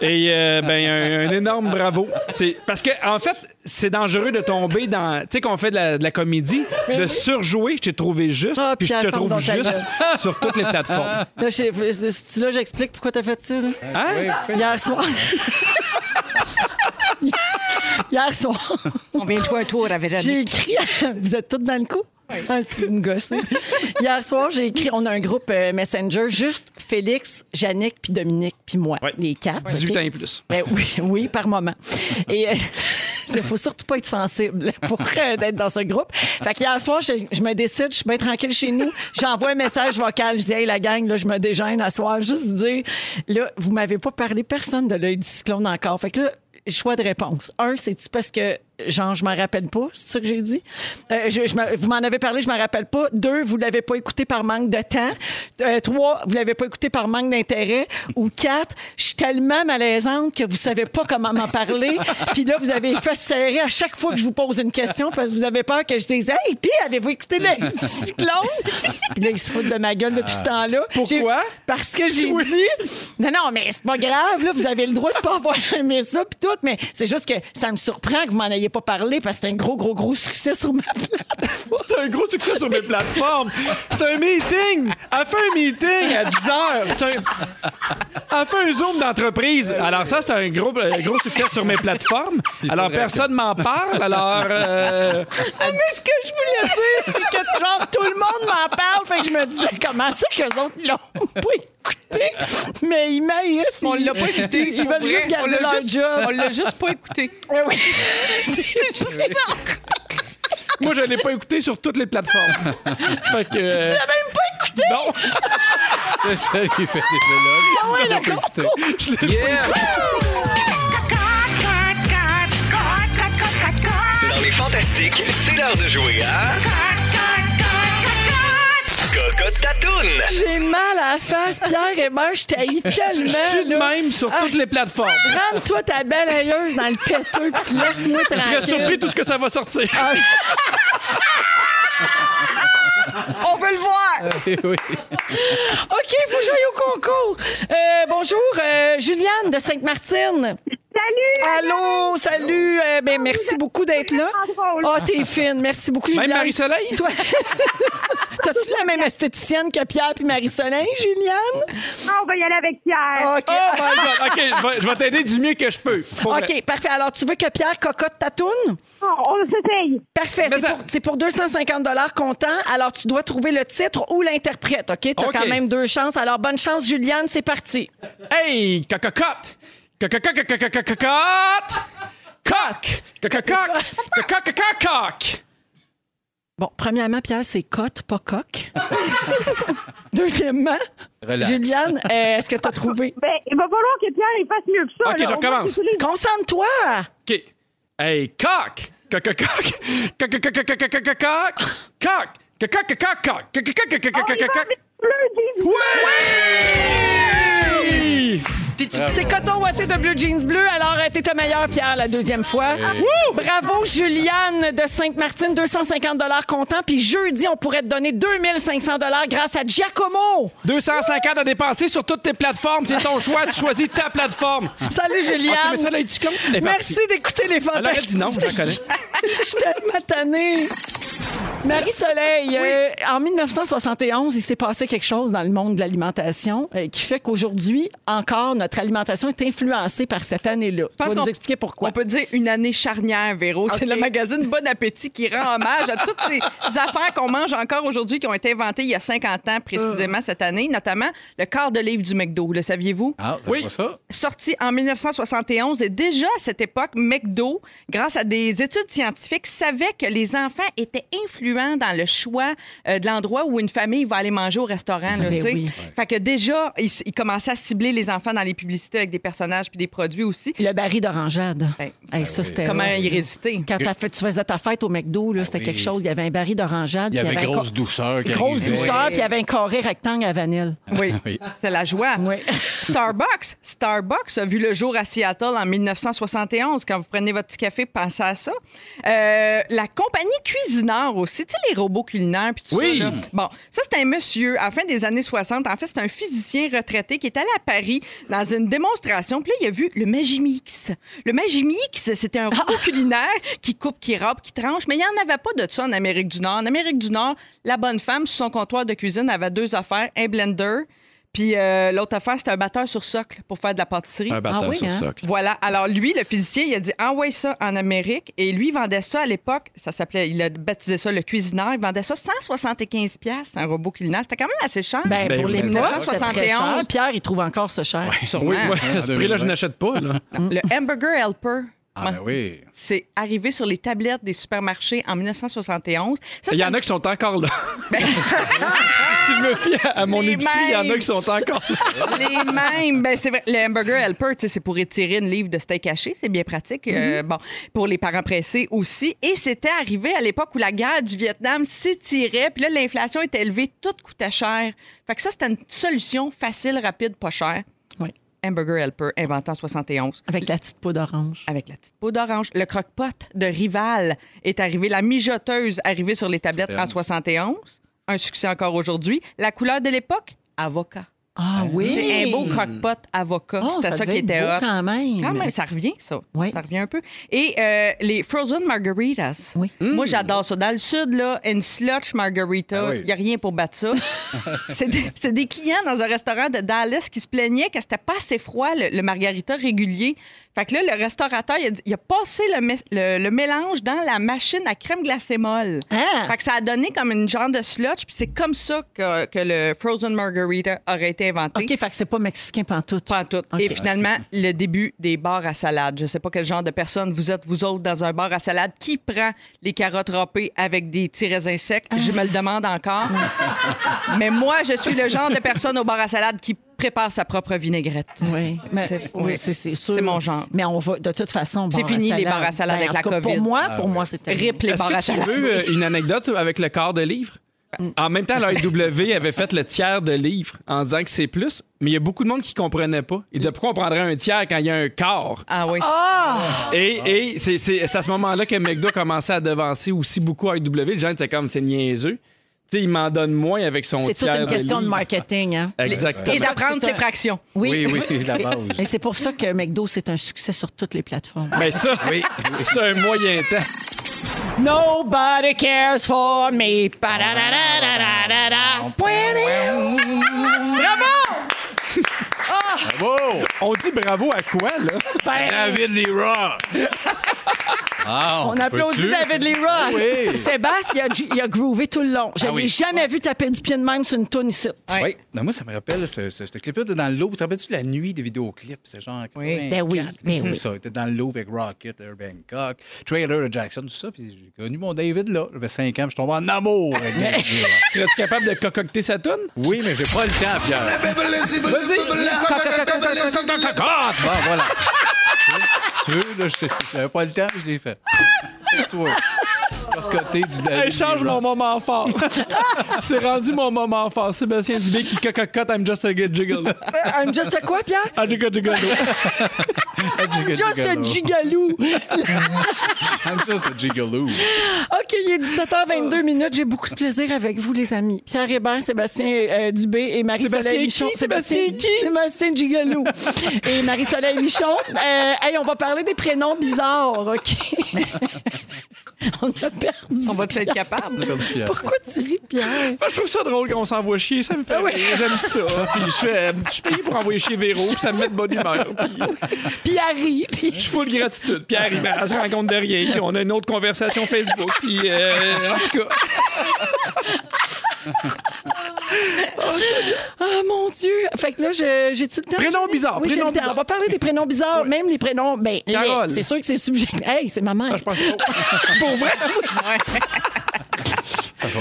A: Et, euh, ben, un, un énorme bravo. C'est- Parce que, en fait, c'est dangereux de tomber dans. Tu sais, qu'on fait de la, de la comédie, de surjouer, je t'ai trouvé juste,
B: Ben Ah,
A: puis je
B: Pierre,
A: te
B: ferme
A: trouve
B: donc ta
A: juste sur toutes les plateformes.
B: Là, j'ai- c'est- là, j'explique pourquoi t'as fait ça. là.
A: Hein?
B: Hier soir. [laughs] Hier soir, [laughs]
D: On vient de jouer un tour
B: j'ai
D: à Véronique.
B: écrit. Vous êtes toutes dans le coup? Ah, si vous me
D: [laughs]
B: gossez. Hier soir, j'ai écrit. On a un groupe euh, Messenger, juste Félix, Yannick, puis Dominique, puis moi,
A: Ouais.
B: les quatre. [laughs]
A: 18
B: OK?
A: ans et plus.
B: Ben oui, [laughs] oui, par moment. Et euh, [laughs] il faut surtout pas être sensible pour euh, d'être dans ce groupe. Fait qu'hier soir, je, je me décide, je suis bien tranquille chez nous. J'envoie un message vocal, je dis Hey la gang, là, je me dégêne à soir. Juste vous dire, là, vous m'avez pas parlé personne de l'œil du cyclone encore. Fait que là, choix de réponse. Un, c'est-tu parce que, genre, je m'en rappelle pas, c'est ça que j'ai dit? Euh, je- je me- vous m'en avez parlé, je m'en rappelle pas. Deux, vous l'avez pas écouté par manque de temps. Euh, trois, vous l'avez pas écouté par manque d'intérêt. Ou quatre, je suis tellement malaisante que vous savez pas comment m'en parler. Puis là, vous avez fait serrer à chaque fois que je vous pose une question parce que vous avez peur que je dise « Hey, puis avez-vous écouté le cyclone? » Puis là, ils se foutent de ma gueule depuis ce temps-là.
A: Pourquoi?
B: J'ai- parce que j'ai dit non non mais c'est pas grave là vous avez le droit de pas avoir [laughs] aimé ça puis tout mais c'est juste que ça me surprend que vous m'en ayez pas parlé parce que c'est un gros gros gros succès sur ma plateforme.
A: C'est un gros succès sur mes plateformes. C'est un meeting. Elle fait un meeting à 10 heures. C'est un- Elle fait un zoom d'entreprise. Alors ça, c'est un gros, euh, gros succès sur mes plateformes. Alors personne m'en parle. Alors euh,
B: Ah, [laughs] mais ce que je voulais dire c'est que genre tout le monde m'en parle fait que je me disais comment ça que les autres l'ont [laughs] pas écouté mais ils maïssent
D: On l'a pas écouté.
B: ils veulent
D: pour
B: juste
D: vrai.
B: garder
D: On l'a
B: leur
D: juste-
B: job.
D: On l'a juste pas écouté.
B: [laughs]
D: Euh,
B: Eh oui. c'est juste ça.
A: moi, je l'ai pas écouté sur toutes les plateformes. Fait que euh,
B: Tu l'as même pas écouté.
A: non,
C: C'est ça qui fait
A: Ah
C: des éloges.
A: je l'ai
E: Dans les fantastiques, c'est l'heure de jouer à Cocotte Tatoune.
B: J'ai mal à la face, Pierre et moi, je t'haïs tellement.
A: je suis de
B: là.
A: même sur
B: Ah,
A: toutes les plateformes.
B: Rentre-toi ta belle ailleuse dans le péteux, puis laisse-moi
A: Je
B: tranquille.
A: serais surpris tout ce que ça va sortir.
B: Ah,
D: On veut le voir!
B: Euh, OK, faut que j'aille au concours. Euh, bonjour, euh, Juliane de Sainte-Martine.
J: Salut!
B: Allô, salut. Euh, ben, merci beaucoup d'être là.
J: drôle.
B: Ah, t'es fine. Merci beaucoup,
A: Même
B: Juliane.
A: Marie-Soleil?
B: Toi, [laughs] t'as-tu la même esthéticienne que Pierre puis Marie-Soleil, Juliane? Ah,
J: Ah, on va y aller avec Pierre.
B: OK.
A: Oh my God. OK, je vais- je vais t'aider du mieux que je peux. Pour vrai.
B: OK, parfait. Alors, tu veux que Pierre cocotte ta toune?
J: Oh, on s'essaye.
B: Parfait.
A: Mais
B: C'est
A: ça-
B: pour, c'est pour 250 comptant. Alors, tu dois trouver le titre ou l'interprète, OK? T'as
A: OK.
B: quand même deux chances. Alors, bonne chance, Juliane. C'est parti.
A: Hey, cococotte! Cococococococococotte! Cote! Cocococ! Cocococococ!
B: Bon, premièrement, Pierre, c'est cote, pas coq. [laughs] Deuxièmement,
C: Relax.
B: Juliane, euh, est-ce que t'as trouvé?
J: Ben, il va falloir que Pierre il fasse mieux que ça.
A: Ok,
J: là.
A: je
J: Au moins,
A: recommence.
J: c'est les-
B: Concentre-toi!
A: OK. Hey, coq! Cocococ! Cococococococococ! Coq! Cocococococ!
J: Oh, il va
A: Cocococococococ!
J: avec bleu, dis-
A: Oui!
B: C'est coton ouaté de bleu jeans bleu. Alors, euh, t'es ta meilleure, Pierre, la deuxième fois. Wouh! Bravo, Juliane de Sainte-Martine. 250 comptant. Puis jeudi, on pourrait te donner 2500 grâce à Giacomo.
A: Ah. 250 à dépenser sur toutes tes plateformes. C'est ton choix. Tu choisis ta plateforme.
B: Salut, Juliane.
A: Ah, tu mets ça à l'œil du con? Elle est
B: Merci
A: partie.
B: d'écouter les
A: Elle aurait
B: fantastiques.
A: dit non, j'en connais.
B: [laughs] Je suis tellement tannée. Marie-Soleil, euh, en 1971, il s'est passé quelque chose dans le monde de l'alimentation euh, qui fait qu'aujourd'hui, encore, notre alimentation est influencée par cette année-là. Tu
D: pense
B: vas nous
D: qu'on-
B: expliquer pourquoi.
D: On peut dire une année charnière, Véro. C'est le magazine Bon Appétit qui rend hommage à toutes
B: [laughs]
D: ces affaires qu'on mange encore aujourd'hui qui ont été inventées il y a 50 ans précisément
B: Oh.
D: cette année, notamment le quart de livre du McDo. Le saviez-vous?
C: Ah, c'est
A: Oui.
C: pas ça?
D: sorti en 1971 et déjà à cette époque, McDo, grâce à des études scientifiques, savait que les enfants étaient influencés influent dans le choix euh, de l'endroit où une famille va aller manger au restaurant. là,
B: [laughs] Ben
D: tu sais.
B: oui.
D: Fait que déjà, ils il commençaient à cibler les enfants dans les publicités avec des personnages puis des produits aussi.
B: Le baril d'orangeade. Hey, ça, c'était
D: Ben, Comment
B: rare.
D: y résister?
B: Quand t'as fait- tu faisais ta fête au McDo, là, c'était
C: oui.
B: quelque chose. Il y avait un baril d'orangeade.
C: Il y
B: puis
C: avait
B: un
C: grosse
B: co-
C: douceur qui
B: Grosse
C: arrivait.
B: douceur, puis il y avait un carré rectangle à vanille.
D: Oui,
C: Oui.
D: c'était la joie. Starbucks, Starbucks a vu le jour à Seattle en 1971. Quand vous prenez votre petit café, pensez à ça. Euh, la compagnie cuisineur aussi, tu sais, les robots culinaires puis tout
A: Oui.
D: ça. là. Bon, ça, c'est un monsieur, à la fin des années 60. En fait, c'est un physicien retraité qui est allé à Paris dans une démonstration. Puis là, il a vu le Magimix. Le Magimix, c'était un robot culinaire qui coupe, qui râpe, qui tranche. Mais il n'y en avait pas de ça en Amérique du Nord. En Amérique du Nord, la bonne femme, sur son comptoir de cuisine, avait deux affaires, un blender. Puis euh, l'autre affaire, c'était un batteur sur socle pour faire de la pâtisserie.
A: Un batteur
B: Ah oui,
A: sur
B: hein?
A: socle.
D: Voilà. Alors, lui, le physicien, il a dit envoie ça en Amérique. Et lui, il vendait ça à l'époque. Ça s'appelait, il a baptisé ça le cuisineur. Il vendait ça 175$, piastres, un robot culinaire. C'était quand même assez cher.
B: Ben,
A: Ben
B: pour
A: oui,
B: les
A: mais
B: mois,
D: ça,
B: c'est très
D: 71.
B: cher. Pierre, il trouve encore ce cher.
A: Oui,
D: Sûrement.
A: moi, à ce prix-là, je n'achète pas. Là.
D: Le hamburger helper.
C: Ah, ben oui.
D: C'est arrivé sur les tablettes des supermarchés en 1971. Ça,
A: Il y
D: c'est
A: en a qui sont encore là.
B: Ben.
A: [laughs] si je me fie à, à mon
D: Les
A: épicerie, il y en a
D: mêmes.
A: qui sont encore là.
D: Les mêmes. Ben, c'est vrai. Le hamburger helper, tu sais, c'est pour étirer une livre de steak haché. C'est bien pratique. Euh, bon, pour les parents pressés aussi. Et c'était arrivé à l'époque où la guerre du Vietnam s'étirait. Puis là, l'inflation était élevée. Tout coûtait cher. Fait que ça, c'était une solution facile, rapide, pas chère.
B: Oui.
D: Hamburger helper, inventant 71.
B: Avec la petite peau d'orange.
D: Avec la petite peau d'orange. Le croque-pot de Rival est arrivé. La mijoteuse arrivée sur les tablettes en 71. Un succès encore aujourd'hui. La couleur de l'époque, avocat.
B: Ah oui!
D: C'était Un beau croque-pot avocat.
B: Ah,
D: C'était ça,
B: devait
D: qui
B: être
D: était
B: beau
D: hot.
B: quand même.
D: Quand même, ça revient, ça.
B: Oui.
D: Ça revient un peu. Et euh, les frozen margaritas.
B: Oui.
D: Moi, j'adore ça. Dans le sud, là, une slotch margarita,
C: Mm. Ah
D: il
C: oui.
D: n'y a rien pour battre
C: [laughs]
D: ça. c'est des, c'est des clients dans un restaurant de Dallas qui se plaignaient que c'était pas assez froid, le, le margarita régulier. Fait que là, le restaurateur, il a, dit- il a passé le, mé- le- le mélange dans la machine à crème glacée molle.
B: Ah!
D: Fait que ça a donné comme une genre de slotch, puis c'est comme ça que, que le frozen margarita aurait été inventé.
B: OK, fait que c'est pas mexicain pantoute.
D: Pas en tout.
B: OK.
D: Et finalement, le début des bars à salade. Je sais pas quel genre de personne vous êtes, vous autres, dans un bar à salade. Qui prend les carottes râpées avec des petits raisins secs? Je me le demande
B: [laughs]
D: encore. Mais moi, je suis le genre de personne au bar à salade qui prépare sa propre vinaigrette.
B: Oui, mais-
D: [laughs] C'est-
B: oui,
D: oui.
B: c'est c'est sûr.
D: C'est mon genre.
B: Mais on va, de toute façon,
D: C'est
B: bar
D: fini,
B: à
D: les bars à salade
B: Ben,
D: avec
B: en
D: la
B: tout cas,
D: COVID.
B: Pour moi,
A: Ah
B: pour moi, c'était
D: Rip les bars à
A: Est-ce que tu
D: salade.
A: veux euh, une anecdote avec le quart de livre? En même temps, l'AIW avait fait le tiers de livre en disant que c'est plus, mais il y a beaucoup de monde qui comprenait pas. Il disait pourquoi on prendrait un tiers quand il y a un quart?
D: Ah oui.
A: Et, et c'est, c'est- c'est à ce moment-là que McDo commençait à devancer aussi beaucoup à AEW. Les gens étaient comme, c'est niaiseux. Tu sais, il m'en donne moins avec son
B: C'est toute
A: tiers
B: une question de
A: livre.
B: marketing. Hein?
A: Exactement.
D: Et apprendre
B: C'est
D: ses
B: un-
D: fractions.
C: Oui,
B: [laughs]
C: oui, la base.
B: Et c'est pour ça que McDo, c'est un succès sur toutes les plateformes.
A: Mais ça, c'est un moyen temps.
B: Nobody cares for me. Pa-da-da-da-da-da-da.
C: Wow!
A: On dit [laughs] bravo à quoi, là?
C: David Lira! Ah,
B: On applaudit
C: peut-tu?
B: David Lee Roth.
C: Oui.
B: Sébastien, il a, ju- il a groové tout le long. Je
C: Ah
B: n'ai
C: oui.
B: jamais vu taper du pied de même sur une toune ici.
D: Ouais.
C: Oui. Non, moi, ça me rappelle ce, ce- ce clip-là. T'es dans l'eau. Tu te rappelles-tu de la nuit des vidéoclips? C'est genre.
D: Oui.
C: 84,
B: Ben oui, ben
C: C'est
B: oui.
C: ça. T'es dans l'eau avec Rocket, Air Bangkok, Trailer de Jackson, tout ça. Puis j'ai connu mon David là. J'avais 5 ans. puis Je tombe en amour
B: [laughs]
C: avec David Lee Roth.
A: Serais-tu capable de concocter sa toune?
C: Oui, mais j'ai pas le temps, Pierre. Ah, Bon, voilà. Tu veux, tu veux, là, je- j'avais pas le temps, mais je l'ai fait. Et toi? Côté du David.
A: Hey, change
C: Lee
A: mon
C: Roth.
A: moment fort. [laughs] c'est rendu mon moment fort. Sébastien Dubé qui cococote I'm just a good jiggle. [laughs]
B: I'm just a quoi, Pierre?
A: Ah, jiggle, jiggle.
C: Jiggle,
B: Just a
C: jiggle.
B: gigalou.
C: [laughs] I'm just a gigolo.
B: OK, il est 17h22 minutes. J'ai beaucoup de plaisir avec vous, les amis. Pierre Hébert, Sébastien euh, Dubé et Marie-Soleil
A: Sébastien
B: Michon.
A: qui? Sébastien qui?
B: Sébastien Gigalou.
A: [laughs]
B: et Marie-Soleil Michon. Euh, hey, on va parler des prénoms bizarres, OK? [laughs] on a perdu.
D: On va être
B: Pierre. [laughs]
D: capable.
C: Comme Pierre.
B: Pourquoi tu ris, Pierre?
A: Moi, Ah, je trouve ça drôle qu'on s'envoie chier. Ça me fait rire. J'aime ça. Puis je fais, je suis payé pour envoyer chier Véro. Puis ça me met de bonne humeur. Puis
B: Puis elle rit, puis
A: [laughs] je suis full gratitude. Puis arrive, elle se rend compte de rien. Puis on a une autre conversation Facebook. Puis euh, en tout cas,
B: Ah mon Dieu! Fait que là, je- j'ai tout le temps.
A: Prénoms bizarres,
B: Oui, j'ai
A: prénoms
B: le temps.
A: bizarres.
B: On va parler des prénoms bizarres, même les prénoms. Ben, les-
A: Carole.
B: c'est sûr que c'est subjectif. Hey, c'est ma mère.
A: je pense pas.
B: Pour vrai?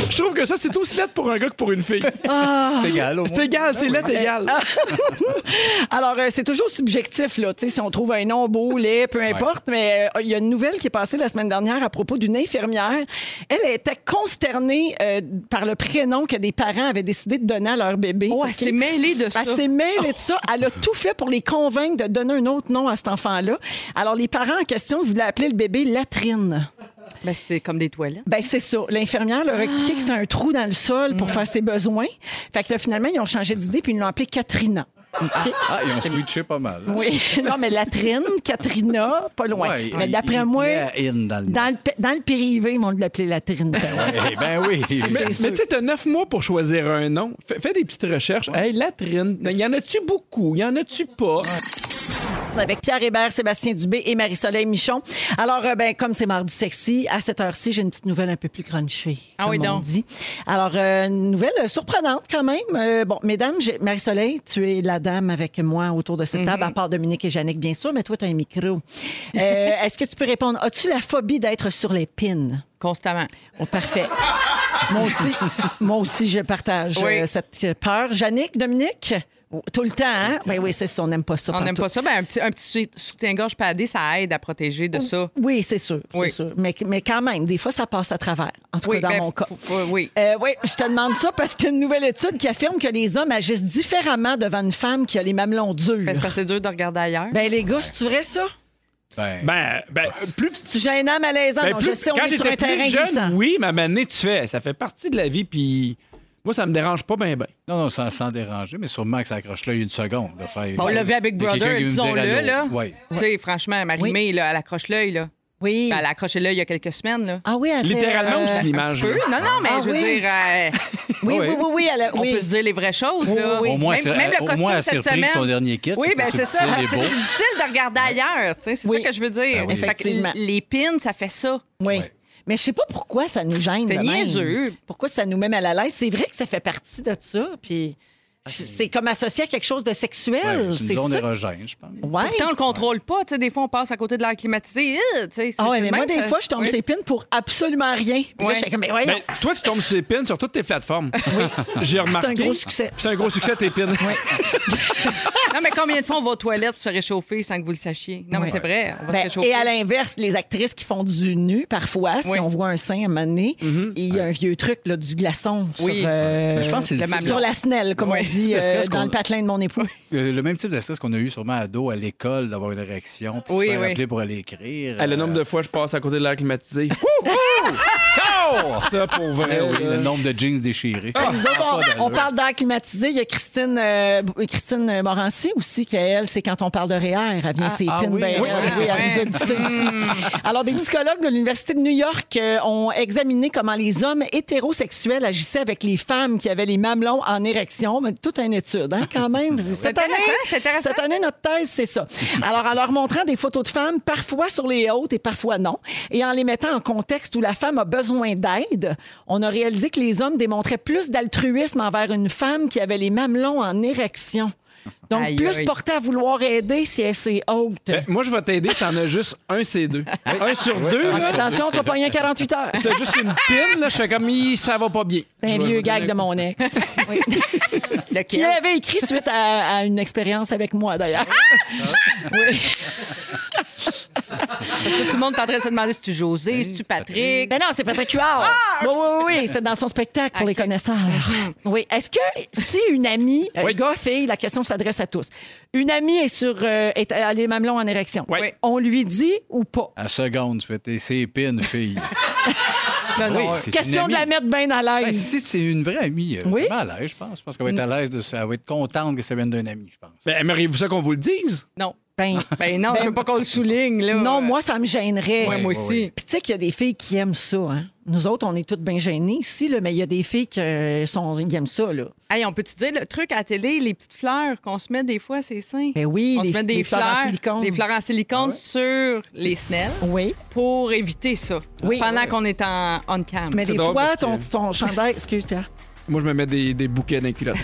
A: Je trouve que ça, c'est aussi lettre pour un gars que pour une fille.
C: C'est égal, au moins.
A: C'est égal, c'est lettre égal.
B: [laughs] Alors, euh, c'est toujours subjectif, là, tu sais, si on trouve un nom beau, laid, peu importe, mais euh, il y a une nouvelle qui est passée la semaine dernière à propos d'une infirmière. Elle était consternée euh, par le prénom que des parents avaient décidé de donner à leur bébé.
D: Oh,
B: OK?
D: elle
B: Ben,
D: s'est mêlée de ça.
B: Elle s'est mêlée de ça. Elle a tout fait pour les convaincre de donner un autre nom à cet enfant-là. Alors, les parents en question voulaient appeler le bébé Latrine.
D: Ben, c'est comme des toilettes.
B: Ben c'est ça. L'infirmière leur a expliqué que c'était un trou dans le sol pour faire ses besoins. Fait que là, finalement, ils ont changé d'idée puis ils l'ont appelée Katrina. OK?
C: Ah, ils ont switché pas mal. hein.
B: Oui, [laughs] non, mais Latrine, Katrina, pas loin.
C: Ouais,
B: mais
C: il-
B: d'après
C: il
B: moi,
C: tenait à in dans le
B: dans le, pe- dans le privé, ils vont l'appeler Latrine.
C: Eh ben oui.
A: Mais,
B: [laughs] c'est
A: mais
B: sûr.
A: tu sais, t'as neuf mois pour choisir un nom. Fais, fais des petites recherches. Hey, latrine, il y en a-tu beaucoup? Il y en a-tu pas?
B: Avec Pierre Hébert, Sébastien Dubé et Marie-Soleil Michon. Alors, euh, ben, comme c'est mardi sexy, à cette heure-ci, j'ai une petite nouvelle un peu plus crunchy.
D: Ah
B: comme
D: oui,
B: on
D: donc.
B: dit. Alors, euh, une nouvelle surprenante quand même. Euh, bon, mesdames, j'ai- Marie-Soleil, tu es la dame avec moi autour de cette
D: Mhm.
B: table, à part Dominique et Jannick, bien sûr, mais toi, tu as un micro. Euh, Est-ce que tu peux répondre? As-tu la phobie d'être sur les pins?
D: Constamment.
B: Oh, parfait. moi aussi, moi aussi, je partage
D: Oui.
B: euh, cette euh, peur. Jannick, Dominique, oh, tout le temps, hein? Ben oui, c'est ça, on n'aime pas ça.
D: On n'aime
B: pantoute.
D: pas ça. Ben, un petit, un petit sou- soutien-gorge padé, ça aide à protéger de ça.
B: Oui, c'est sûr, c'est
D: Oui.
B: sûr. Mais, mais quand même, des fois, ça passe à travers. En tout
D: Oui,
B: cas, dans
D: ben,
B: mon cas.
D: faut- faut- oui.
B: Euh, oui, je te demande ça parce qu'il y a une nouvelle étude qui affirme que les hommes agissent différemment devant une femme qui a les mamelons durs.
D: Ben, c'est parce que c'est dur de regarder ailleurs.
B: Ben les gars, c'est vrai ça?
C: Ben,
A: Ben, ben, plus...
B: Tu gênant, malaisant.
A: ben,
B: Ah, Non,
A: plus-
B: je sais, on
A: quand
B: est sur
A: j'étais
B: un terrain
A: plus jeune,
B: glissant.
A: oui, mais à un moment donné, tu fais. Ça fait partie de la vie, puis moi, ça me dérange pas ben, bien, bien.
C: non, non, sans, sans déranger, mais sûrement que ça accroche l'œil une seconde. de faire-
D: on l'a vu à Big
C: Il y a quelqu'un
D: Brother,
C: qui veut me dire
D: disons-le.
C: allô.
D: Là.
C: Oui.
D: Tu sais, franchement, Marie-Mé, là, elle accroche l'œil. Là.
B: Oui.
D: Ben, elle a accroché l'œil il y a quelques semaines. Là.
B: Ah oui, elle était,
A: Littéralement ou
B: euh,
A: c'est une image?
D: Peu?
A: là?
D: Non, non, mais
B: Ah
D: je veux
B: oui.
D: dire, euh,
B: Oui, oui,
C: Oui.
B: oui, oui, elle a-
D: on
B: oui.
D: peut se dire les vraies choses. là.
C: oui. Au moins, c'est-
D: le
C: au moins,
D: costume
C: elle s'est
D: cette
C: repris avec
D: semaine.
C: son dernier kit,
D: Oui,
C: qui
D: ben,
C: était
D: c'est ça.
C: subtil et
D: C'est [laughs]
C: beau.
D: difficile de regarder ailleurs. tu sais, C'est
B: Oui.
D: ça que je veux dire.
C: Ben oui.
D: Fait que l-
B: Effectivement.
D: les pins, ça fait ça.
B: Oui. Mais je sais pas pourquoi ça nous gêne.
D: C'est
B: de même.
D: niaiseux.
B: Pourquoi ça nous met mal à l'aise. C'est vrai que ça fait partie de ça. Puis
D: Ah,
B: c'est comme associé à quelque chose de sexuel.
C: Ouais, c'est
B: c'est
C: une zone
B: ça.
C: érogène, je pense.
B: Ouais.
D: Pourtant, on le contrôle pas. Tu sais, des fois, on passe à côté de l'air climatisé. Euh, tu sais, c'est-
B: Ah ouais,
D: c'est
B: mais
D: le
B: moi,
D: même,
B: des
D: ça.
B: fois, je tombe
D: Oui.
B: ces pins pour absolument rien. Puis là,
D: Ouais.
B: je suis comme, mais voyons.
A: Ben, toi, tu tombes sur les pins sur toutes tes plateformes. J'ai remarqué.
B: un gros succès.
A: C'est un gros succès, tes pins.
D: Non, mais combien de fois on va aux toilettes pour se réchauffer sans que vous le sachiez? Non, mais c'est vrai. On va se
B: Ben,
D: réchauffer.
B: et à l'inverse, les actrices qui font du nu, parfois, si
D: Oui. Mm-hmm.
B: on voit un sein à un moment donné, il y a un vieux truc, là, du glaçon
D: Oui.
B: sur, euh,
C: Mais Ben, je pense que c'est
D: Le
C: le, type
D: mamelon.
B: sur la snelle, comme
D: Ouais.
B: on dit
C: Le stress
B: euh, dans
C: qu'on-
B: le patelin de mon époux.
C: Euh, le- le même type de stress qu'on a eu sûrement à dos à l'école, d'avoir une érection, puis
D: Oui,
C: se faire
D: oui.
C: appeler pour aller écrire.
A: Ah, le nombre
C: Euh,
A: de fois je passe à côté de l'air
B: [laughs]
A: climatisé. ça, pour vrai.
C: eh oui,
A: là.
C: le nombre de jeans déchirés.
D: Ah,
B: Nous autres, on-
C: Pas d'allure.
B: on, parle d'air climatisé. Il y a Christine, euh, B- Christine Morancy aussi, qui, elle, c'est quand on parle de REER. Elle vient ses
C: ah
B: pins
C: oui,
B: ben
C: oui, Hmm.
B: raide. Oui,
D: oui,
B: elle
D: oui.
B: nous a dit ça aussi. Alors, des psychologues de l'Université de New York euh, ont examiné comment les hommes hétérosexuels agissaient avec les femmes qui avaient les mamelons en érection. Mais toute une étude, hein, quand même.
C: Ah
B: Cette
D: intéressant, c'est intéressant.
B: cette année, notre thèse, c'est ça. Alors, en leur montrant des photos de femmes, parfois sur les hautes et parfois non, et en les mettant en contexte où la femme a besoin d'aide, on a réalisé que les hommes démontraient plus d'altruisme envers une femme qui avait les mamelons en érection. Donc,
D: Aïe,
B: plus
D: aïe.
B: portée à vouloir aider si elle s'est haute.
A: Ben, moi, je vais t'aider, t'en as juste un, c'est deux. Un sur deux,
B: Ah,
A: là,
B: attention, tu vas pas rien 48 heures.
A: t'as juste une pin, là, je fais comme, Hi, ça va pas bien.
B: C'est un
A: Je
B: vieux
A: vais- je vais
B: gag
A: donner
B: de
A: un coup.
B: mon ex. Oui.
D: Lequel?
B: Qui avait écrit suite à, à une expérience avec moi, d'ailleurs. [laughs] Oui.
D: Parce que tout le monde est en train de se demander si tu José, si tu Patrick.
B: Ben non, c'est Patrick Huard.
D: Ah,
B: Oui, oui, oui, oui, c'était dans son spectacle pour les connaisseurs.
D: Mhm.
B: Oui. Est-ce que si une amie, euh,
A: Oui.
B: gars, fille, la question s'adresse à tous, une amie est sur, euh, est, a les mamelons en érection,
A: Oui.
B: on lui dit ou pas?
C: À seconde, tu fais tes c'est épine, fille.
D: [laughs] Non, non.
C: c'est une
B: Question de la
C: amie.
B: mettre bien à
C: Ben,
B: l'aise.
C: si c'est une vraie amie, euh,
B: Oui.
C: vraiment à l'aise, je pense. Je pense qu'elle va être à l'aise de ça. Elle va être contente que ça vienne d'un ami, je pense.
A: Ben, aimeriez-vous ça qu'on vous le dise?
D: Non.
B: Ben,
D: Ben non, je veux pas qu'on le souligne. Là.
B: non, moi, ça me gênerait.
D: Ouais, moi
C: Ouais,
D: aussi.
B: Puis tu sais qu'il y a des filles qui aiment ça. Hein? Nous autres, on est toutes bien gênées ici, là, mais il y a des filles qui, euh, sont, qui aiment ça. Là.
D: Hey, on peut-tu dire le truc à la télé, les petites fleurs qu'on se met des fois, c'est sain?
B: Ben oui,
D: on
B: des-
D: se met des,
B: des fleurs
D: fleurs,
B: en silicone.
D: Des fleurs en silicone sur les snelles
B: Oui.
D: pour éviter ça.
B: Oui.
D: pendant qu'on est en on cam.
B: Mais des
A: drôle
B: fois,
A: parce
B: ton,
A: que-
B: ton chandail. Excuse, Pierre.
A: Moi, je me mets des, des bouquets dans les culottes.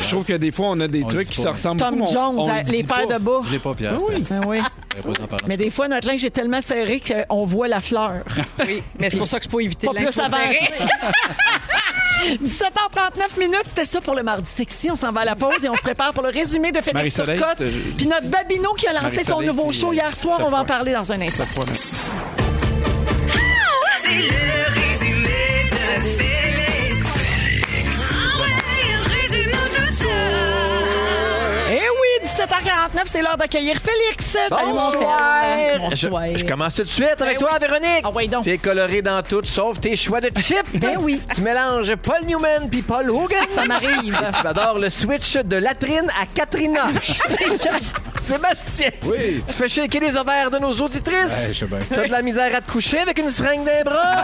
A: je trouve que des fois, on a des
C: Ah, On le
A: trucs
C: dit
A: qui se
C: pas.
A: ressemblent
B: Tom
A: beaucoup, on-
B: Jones, hein,
A: on le
B: les
A: dit
B: paires
A: pas.
B: de bas.
C: Je l'ai pas, Pierre.
A: Ah oui.
C: c'était-
B: Ben oui.
C: J'aurais pas d'en parler.
B: Mais des fois, notre linge est tellement serré qu'on voit la fleur.
D: Oui, mais c'est pour ça que c'est pas éviter
B: Pas
D: de
B: plus avancé. [laughs] 17h39 minutes, c'était ça pour le mardi sexy. On s'en va à la pause et on se prépare pour le résumé de Félix
A: Marie-Soleil,
B: Turcotte.
A: t'as- j'ai-
B: Puis notre Babino qui a lancé son
A: Marie-Soleil,
B: nouveau
A: puis,
B: show
A: euh,
B: hier soir. On va en
A: Christophe
B: parler dans un instant.
E: C'est le résumé de Félix. Ah ouais, il résume tout ça.
B: Eh oui, 17h49, c'est l'heure d'accueillir Félix. Salut mon Félix. Bonsoir.
K: Je, je commence tout de suite avec
B: Ben
K: toi,
B: oui.
K: Véronique.
B: Ah ouais, donc.
K: T'es coloré dans tout, sauf tes choix de chips.
B: [laughs] Ben oui.
K: Tu mélanges Paul Newman puis Paul Hogan.
B: Ça m'arrive.
K: Tu adores le switch de Latrine à
B: [laughs]
K: Katrina. [laughs] Sébastien.
C: Oui.
K: Tu fais shaker les ovaires de nos auditrices.
C: Ouais, je sais bien.
K: T'as de la misère à te coucher avec une seringue d'un bras.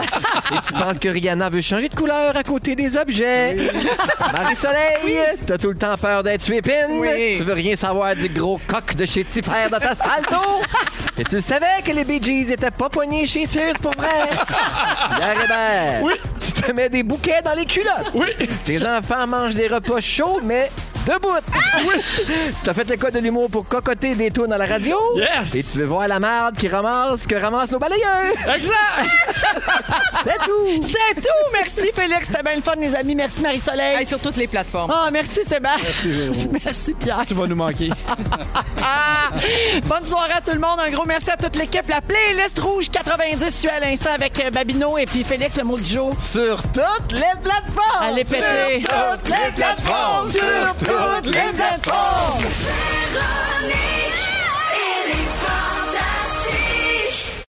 K: Et tu penses que Rihanna veut changer de couleur à côté des objets. Marie-Soleil, t'as tout le temps peur d'être suépine.
D: Oui.
K: Tu veux rien savoir du gros coq de chez Petit Père dans ta salle
B: [laughs]
K: d'eau. Et tu le savais que les Bee Gees étaient pas poignés chez Sears pour
B: [laughs]
K: vrai. Pierre Hébert,
A: Oui.
K: tu te mets des bouquets dans les culottes.
A: Oui.
K: Tes enfants mangent des repas chauds, mais debout.
B: Ah!
K: [laughs] T'as fait le cas de l'humour pour cocoter des tours à la radio.
A: Yes.
K: Et tu veux voir la marde qui ramasse, que ramassent nos balayeurs.
A: Exact!
K: [laughs] C'est tout.
B: C'est tout. Merci Félix. C'était bien le fun, les amis. Merci Marie-Soleil.
D: Hey, sur toutes les plateformes.
B: Ah, merci Sébastien. [laughs] Merci, Pierre.
A: Tu vas nous manquer.
B: Ah! Bonne soirée à tout le monde. Un gros merci à toute l'équipe. La playlist rouge 90 suit à l'instant avec euh, Babino et puis Félix, le mot du jour.
K: Sur toutes les plateformes.
B: Allez péter.
K: toutes les plateformes. Sur toutes les plateformes.
E: Véronique, elle est fantastique.